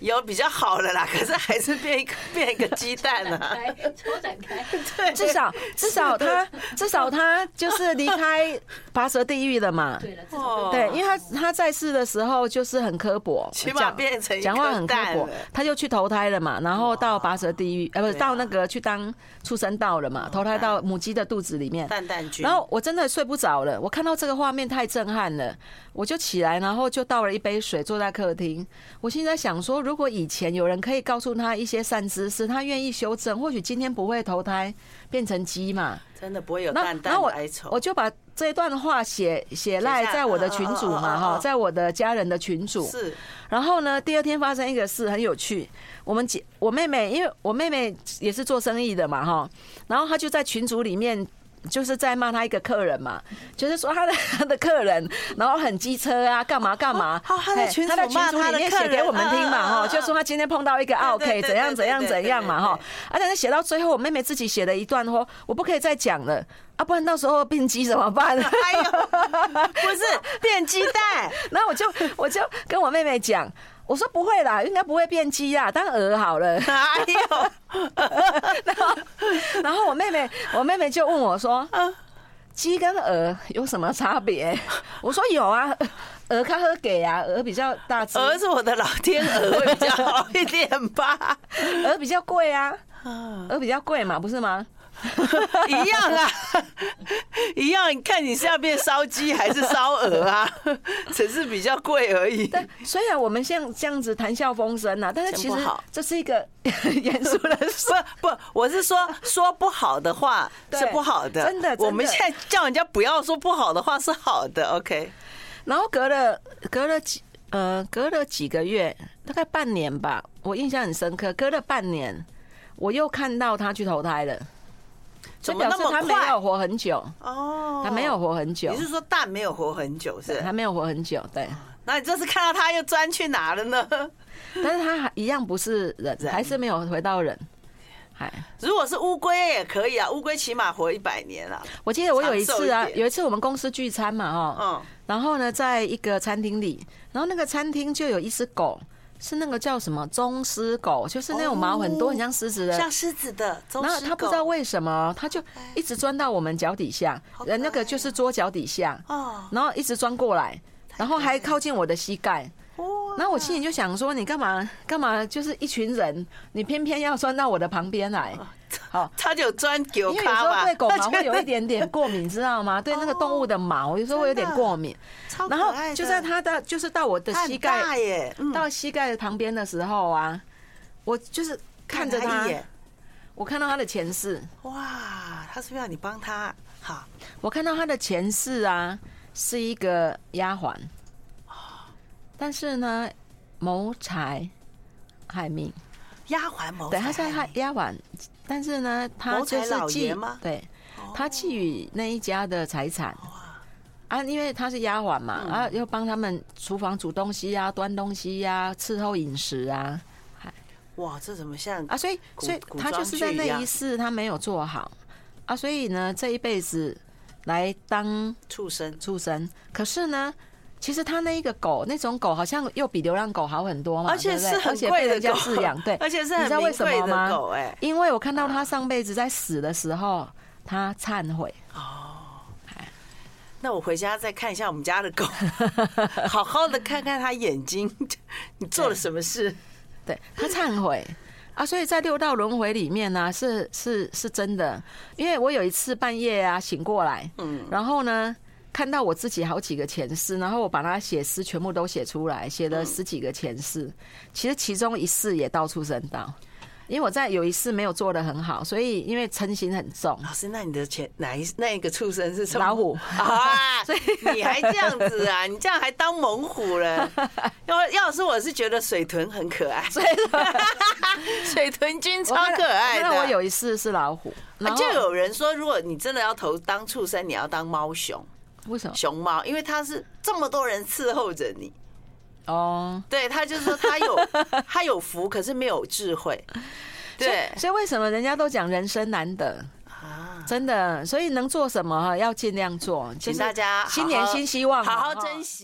Speaker 1: 有比较好了啦，可是还是变
Speaker 2: [LAUGHS]
Speaker 1: 一个变一个鸡蛋了、啊。
Speaker 4: 开， [LAUGHS] 超展开，
Speaker 1: 对，
Speaker 2: 至
Speaker 1: [LAUGHS]
Speaker 2: 少至少他至少他就是离开拔舌地狱
Speaker 1: [LAUGHS]
Speaker 2: 了嘛。
Speaker 4: 对了，这
Speaker 1: 哦
Speaker 4: 种
Speaker 2: 对，因为他他在世的时候就是很刻薄，
Speaker 1: 起码
Speaker 2: 讲
Speaker 1: 变成一
Speaker 2: 讲话
Speaker 1: 颗
Speaker 2: 很刻
Speaker 1: 蛋
Speaker 2: 薄
Speaker 1: 了，
Speaker 2: 他就去投胎了嘛，然后到拔舌地狱，呃，不是
Speaker 1: 对啊哦
Speaker 2: 到那个去当畜生道了嘛，投胎到母鸡的肚子里面。
Speaker 1: 蛋蛋君，
Speaker 2: 然后我真的睡不着了，我看到这个画面太震撼了，我就起来，然后就倒了一杯水，坐在客厅。我现在想说，如果以前有人可以告诉他一些善知识，他愿意修正，或许今天不会投胎变成鸡嘛。
Speaker 1: 真的不会有
Speaker 2: 那
Speaker 1: 嗯蛋
Speaker 2: 那
Speaker 1: 蛋的
Speaker 2: 我
Speaker 1: 哀愁
Speaker 2: 我。就把这一段话写写赖
Speaker 1: 写下
Speaker 2: 在我的群主
Speaker 1: 嗯嗯
Speaker 2: 嘛
Speaker 1: 嗯嗯
Speaker 2: 哈，
Speaker 1: 嗯
Speaker 2: 在我的家人的群主。
Speaker 1: 是
Speaker 2: 然后呢，第二天发生一个事很有趣，我们姐我妹妹，因为我妹妹也是做生意的嘛哈，然后她就在群组里面。就是在骂她一个客人嘛，就是说她的她的客人，然后很机车啊，干嘛干嘛。
Speaker 1: 哦她在
Speaker 2: 嘿
Speaker 1: 群组
Speaker 2: 她在群
Speaker 1: 骂
Speaker 2: 组
Speaker 1: 她
Speaker 2: 里
Speaker 1: 的
Speaker 2: 面
Speaker 1: 客
Speaker 2: 写给
Speaker 1: 人
Speaker 2: 我们听
Speaker 1: 嗯嗯
Speaker 2: 嘛，哈，
Speaker 1: 嗯
Speaker 2: 就说她今天碰到一个 OK
Speaker 1: 对
Speaker 2: 怎样
Speaker 1: 对
Speaker 2: 怎样
Speaker 1: 对
Speaker 2: 怎样嘛，
Speaker 1: 对
Speaker 2: 哈
Speaker 1: 对。
Speaker 2: 而且她写到最后，我妹妹自己写了一段说，我不可以再讲了，啊，不然到时候变鸡怎么
Speaker 1: 哎
Speaker 2: 办？
Speaker 1: 呦，不是变
Speaker 2: [LAUGHS]
Speaker 1: 鸡蛋，
Speaker 2: 然后我就我就跟我妹妹讲，我说不会啦，应该不会变鸡啦，当鹅好了。 [LAUGHS]
Speaker 1: 哎呦，[LAUGHS]
Speaker 2: 然后然后我妹妹我妹妹就问我说，鸡跟鹅有什么差别？我说有啊，鹅它喝给啊，鹅比较大只，
Speaker 1: 儿子我的老天鹅会比较好一点
Speaker 2: [LAUGHS]
Speaker 1: 吧，
Speaker 2: 鹅比较贵啊，鹅比较贵嘛，不是吗？
Speaker 1: 一样啊， [LAUGHS] 一样。你看你是要变烧鸡还是烧鹅啊？ [LAUGHS] 只是比较贵而已。
Speaker 2: 但虽然我们像这样子谈笑风生呐、啊，但是其
Speaker 1: 真
Speaker 2: 实
Speaker 1: 不好
Speaker 2: 这是一个 [LAUGHS] 严肃的事。
Speaker 1: 不不，我是说说不好的话
Speaker 2: 对
Speaker 1: 是不好的，
Speaker 2: 真的真的
Speaker 1: 我们现在叫人家不要说不好的话是好的，OK。
Speaker 2: 然后隔了隔了几呃隔了几个月，大概半年吧，我印象很深刻。隔了半年，我又看到他去投胎了，
Speaker 1: 怎
Speaker 2: 就
Speaker 1: 么
Speaker 2: 表
Speaker 1: 那
Speaker 2: 示
Speaker 1: 么
Speaker 2: 他没
Speaker 1: 快
Speaker 2: 有活很久，
Speaker 1: 哦
Speaker 2: 他没有活很久
Speaker 1: 你，是啊说蛋没有活很久是？
Speaker 2: 他没有活很久，对。
Speaker 1: 那你这次看到它又钻去哪了呢？ [LAUGHS]
Speaker 2: 但是他还一样不是人，
Speaker 1: 人
Speaker 2: 还是没有回到人。还
Speaker 1: 如果是乌龟也可以啊，乌龟起码活一百年啊。
Speaker 2: 我记得我有一
Speaker 1: 长寿一
Speaker 2: 次啊，
Speaker 1: 点
Speaker 2: 有一次我们公司聚餐嘛，哦，
Speaker 1: 嗯，
Speaker 2: 然后呢，在一个餐厅里，然后那个餐厅就有一只狗，是那个叫什么棕狮狗，就是那种毛很多，
Speaker 1: 哦
Speaker 2: 很像狮子的，
Speaker 1: 像狮子的棕
Speaker 2: 然后
Speaker 1: 狮
Speaker 2: 它不
Speaker 1: 狗
Speaker 2: 知道为什么，它就一直钻到我们脚底下，
Speaker 1: 好可爱
Speaker 2: 人那个就是桌脚底下，
Speaker 1: 哦，
Speaker 2: 然后一直钻过来，然后还靠近我的膝盖。
Speaker 1: 哇
Speaker 2: 然后我心里就想说，你干嘛干嘛？就是一群人，你偏偏要钻到我的旁边来，好。
Speaker 1: 它就钻
Speaker 2: 因
Speaker 1: 狗
Speaker 2: 为有时
Speaker 1: 咖
Speaker 2: 候
Speaker 1: 吧，
Speaker 2: 对
Speaker 1: [LAUGHS]
Speaker 2: 狗毛
Speaker 1: 它
Speaker 2: 会
Speaker 1: 觉
Speaker 2: 有
Speaker 1: 得
Speaker 2: 一点点过敏，知道
Speaker 1: [LAUGHS]
Speaker 2: 吗？对那个动物的
Speaker 1: 哦
Speaker 2: 毛，有时候会有点过敏。
Speaker 1: 超啊可
Speaker 2: 然
Speaker 1: 爱
Speaker 2: 后
Speaker 1: 的，
Speaker 2: 就在它的就是到我的
Speaker 1: 它很
Speaker 2: 膝
Speaker 1: 大
Speaker 2: 盖
Speaker 1: 耶，嗯
Speaker 2: 到膝盖旁边的时候啊，我就是看着
Speaker 1: 它
Speaker 2: 它
Speaker 1: 一，眼，
Speaker 2: 我看到它的前世，
Speaker 1: 哇，它是不是要你帮它？好，
Speaker 2: 我看到他的前世啊是一个丫鬟，但是呢谋财害命，
Speaker 1: 丫鬟谋财
Speaker 2: 对，他是他丫鬟，但是呢他
Speaker 1: 谋财
Speaker 2: 就是
Speaker 1: 老爷
Speaker 2: 寄
Speaker 1: 吗
Speaker 2: 对，
Speaker 1: 哦
Speaker 2: 他觊觎那一家的财产。啊，因为他是丫鬟
Speaker 1: 嗯
Speaker 2: 嘛，啊，又帮他们厨房煮东西呀、端东西呀、伺候饮食啊，
Speaker 1: 哇，这怎么像
Speaker 2: 啊，所以
Speaker 1: 古
Speaker 2: 所以
Speaker 1: 古
Speaker 2: 他
Speaker 1: 装
Speaker 2: 就是在
Speaker 1: 剧一
Speaker 2: 那
Speaker 1: 样
Speaker 2: 一世他没有做好，啊，所以呢这一辈子来当
Speaker 1: 畜生？
Speaker 2: 出生。可是呢，其实他那一个狗，那种狗好像又比流浪狗好很多嘛，
Speaker 1: 而且
Speaker 2: 对不
Speaker 1: 是
Speaker 2: 对
Speaker 1: 很
Speaker 2: 而且
Speaker 1: 贵
Speaker 2: 被
Speaker 1: 的
Speaker 2: 人家
Speaker 1: 狗
Speaker 2: 饲养，对，
Speaker 1: 而且是
Speaker 2: 你
Speaker 1: 很
Speaker 2: 知道为
Speaker 1: 名
Speaker 2: 什么
Speaker 1: 贵的狗
Speaker 2: 吗？
Speaker 1: 哎，
Speaker 2: 因为我看到他上辈子在死的时候，他忏悔，
Speaker 1: 那我回家再看一下我们家的
Speaker 2: [LAUGHS]
Speaker 1: 狗，好好的看看它眼睛， [LAUGHS] 你做了什么事？
Speaker 2: 对他忏悔。啊，所以在六道轮回里面呢、是是是真的，因为我有一次半夜啊醒过来，嗯，然后呢看到我自己好几个前世，然后我把它写诗全部都写出来，写
Speaker 1: 嗯
Speaker 2: 了十几个前世，其实其中一世也到畜生道，因为我在有一世没有做的很好，所以因为嗔心很重，
Speaker 1: 老师，那你的前哪一那一个畜生是什么？
Speaker 2: 老虎 [LAUGHS]
Speaker 1: 啊！所以 [LAUGHS] 你还这样子啊？你这样还当猛虎了？ [LAUGHS] 要要是我是觉得水豚很可
Speaker 2: [LAUGHS]
Speaker 1: 爱，
Speaker 2: 所以说
Speaker 1: 水豚君超
Speaker 2: 我看
Speaker 1: 可爱
Speaker 2: 我看到我
Speaker 1: 的。啊
Speaker 2: 有一世是老虎，然后
Speaker 1: 就有人说，如果你真的要投当畜生，你要当猫熊、
Speaker 2: 为什么？
Speaker 1: 熊猫，因为它是这么多人伺候着你。
Speaker 2: 哦，
Speaker 1: 对他就是说他
Speaker 2: [LAUGHS]
Speaker 1: 有他有福，可是没有智慧。对
Speaker 2: 所以为什么人家都讲人生难得？
Speaker 1: 啊，
Speaker 2: 真的，所以能做什么哈，要尽量做。就
Speaker 1: 请
Speaker 2: 是
Speaker 1: 大家好好
Speaker 2: 新年新希望嘛，
Speaker 1: 好好
Speaker 2: 哈
Speaker 1: 珍惜。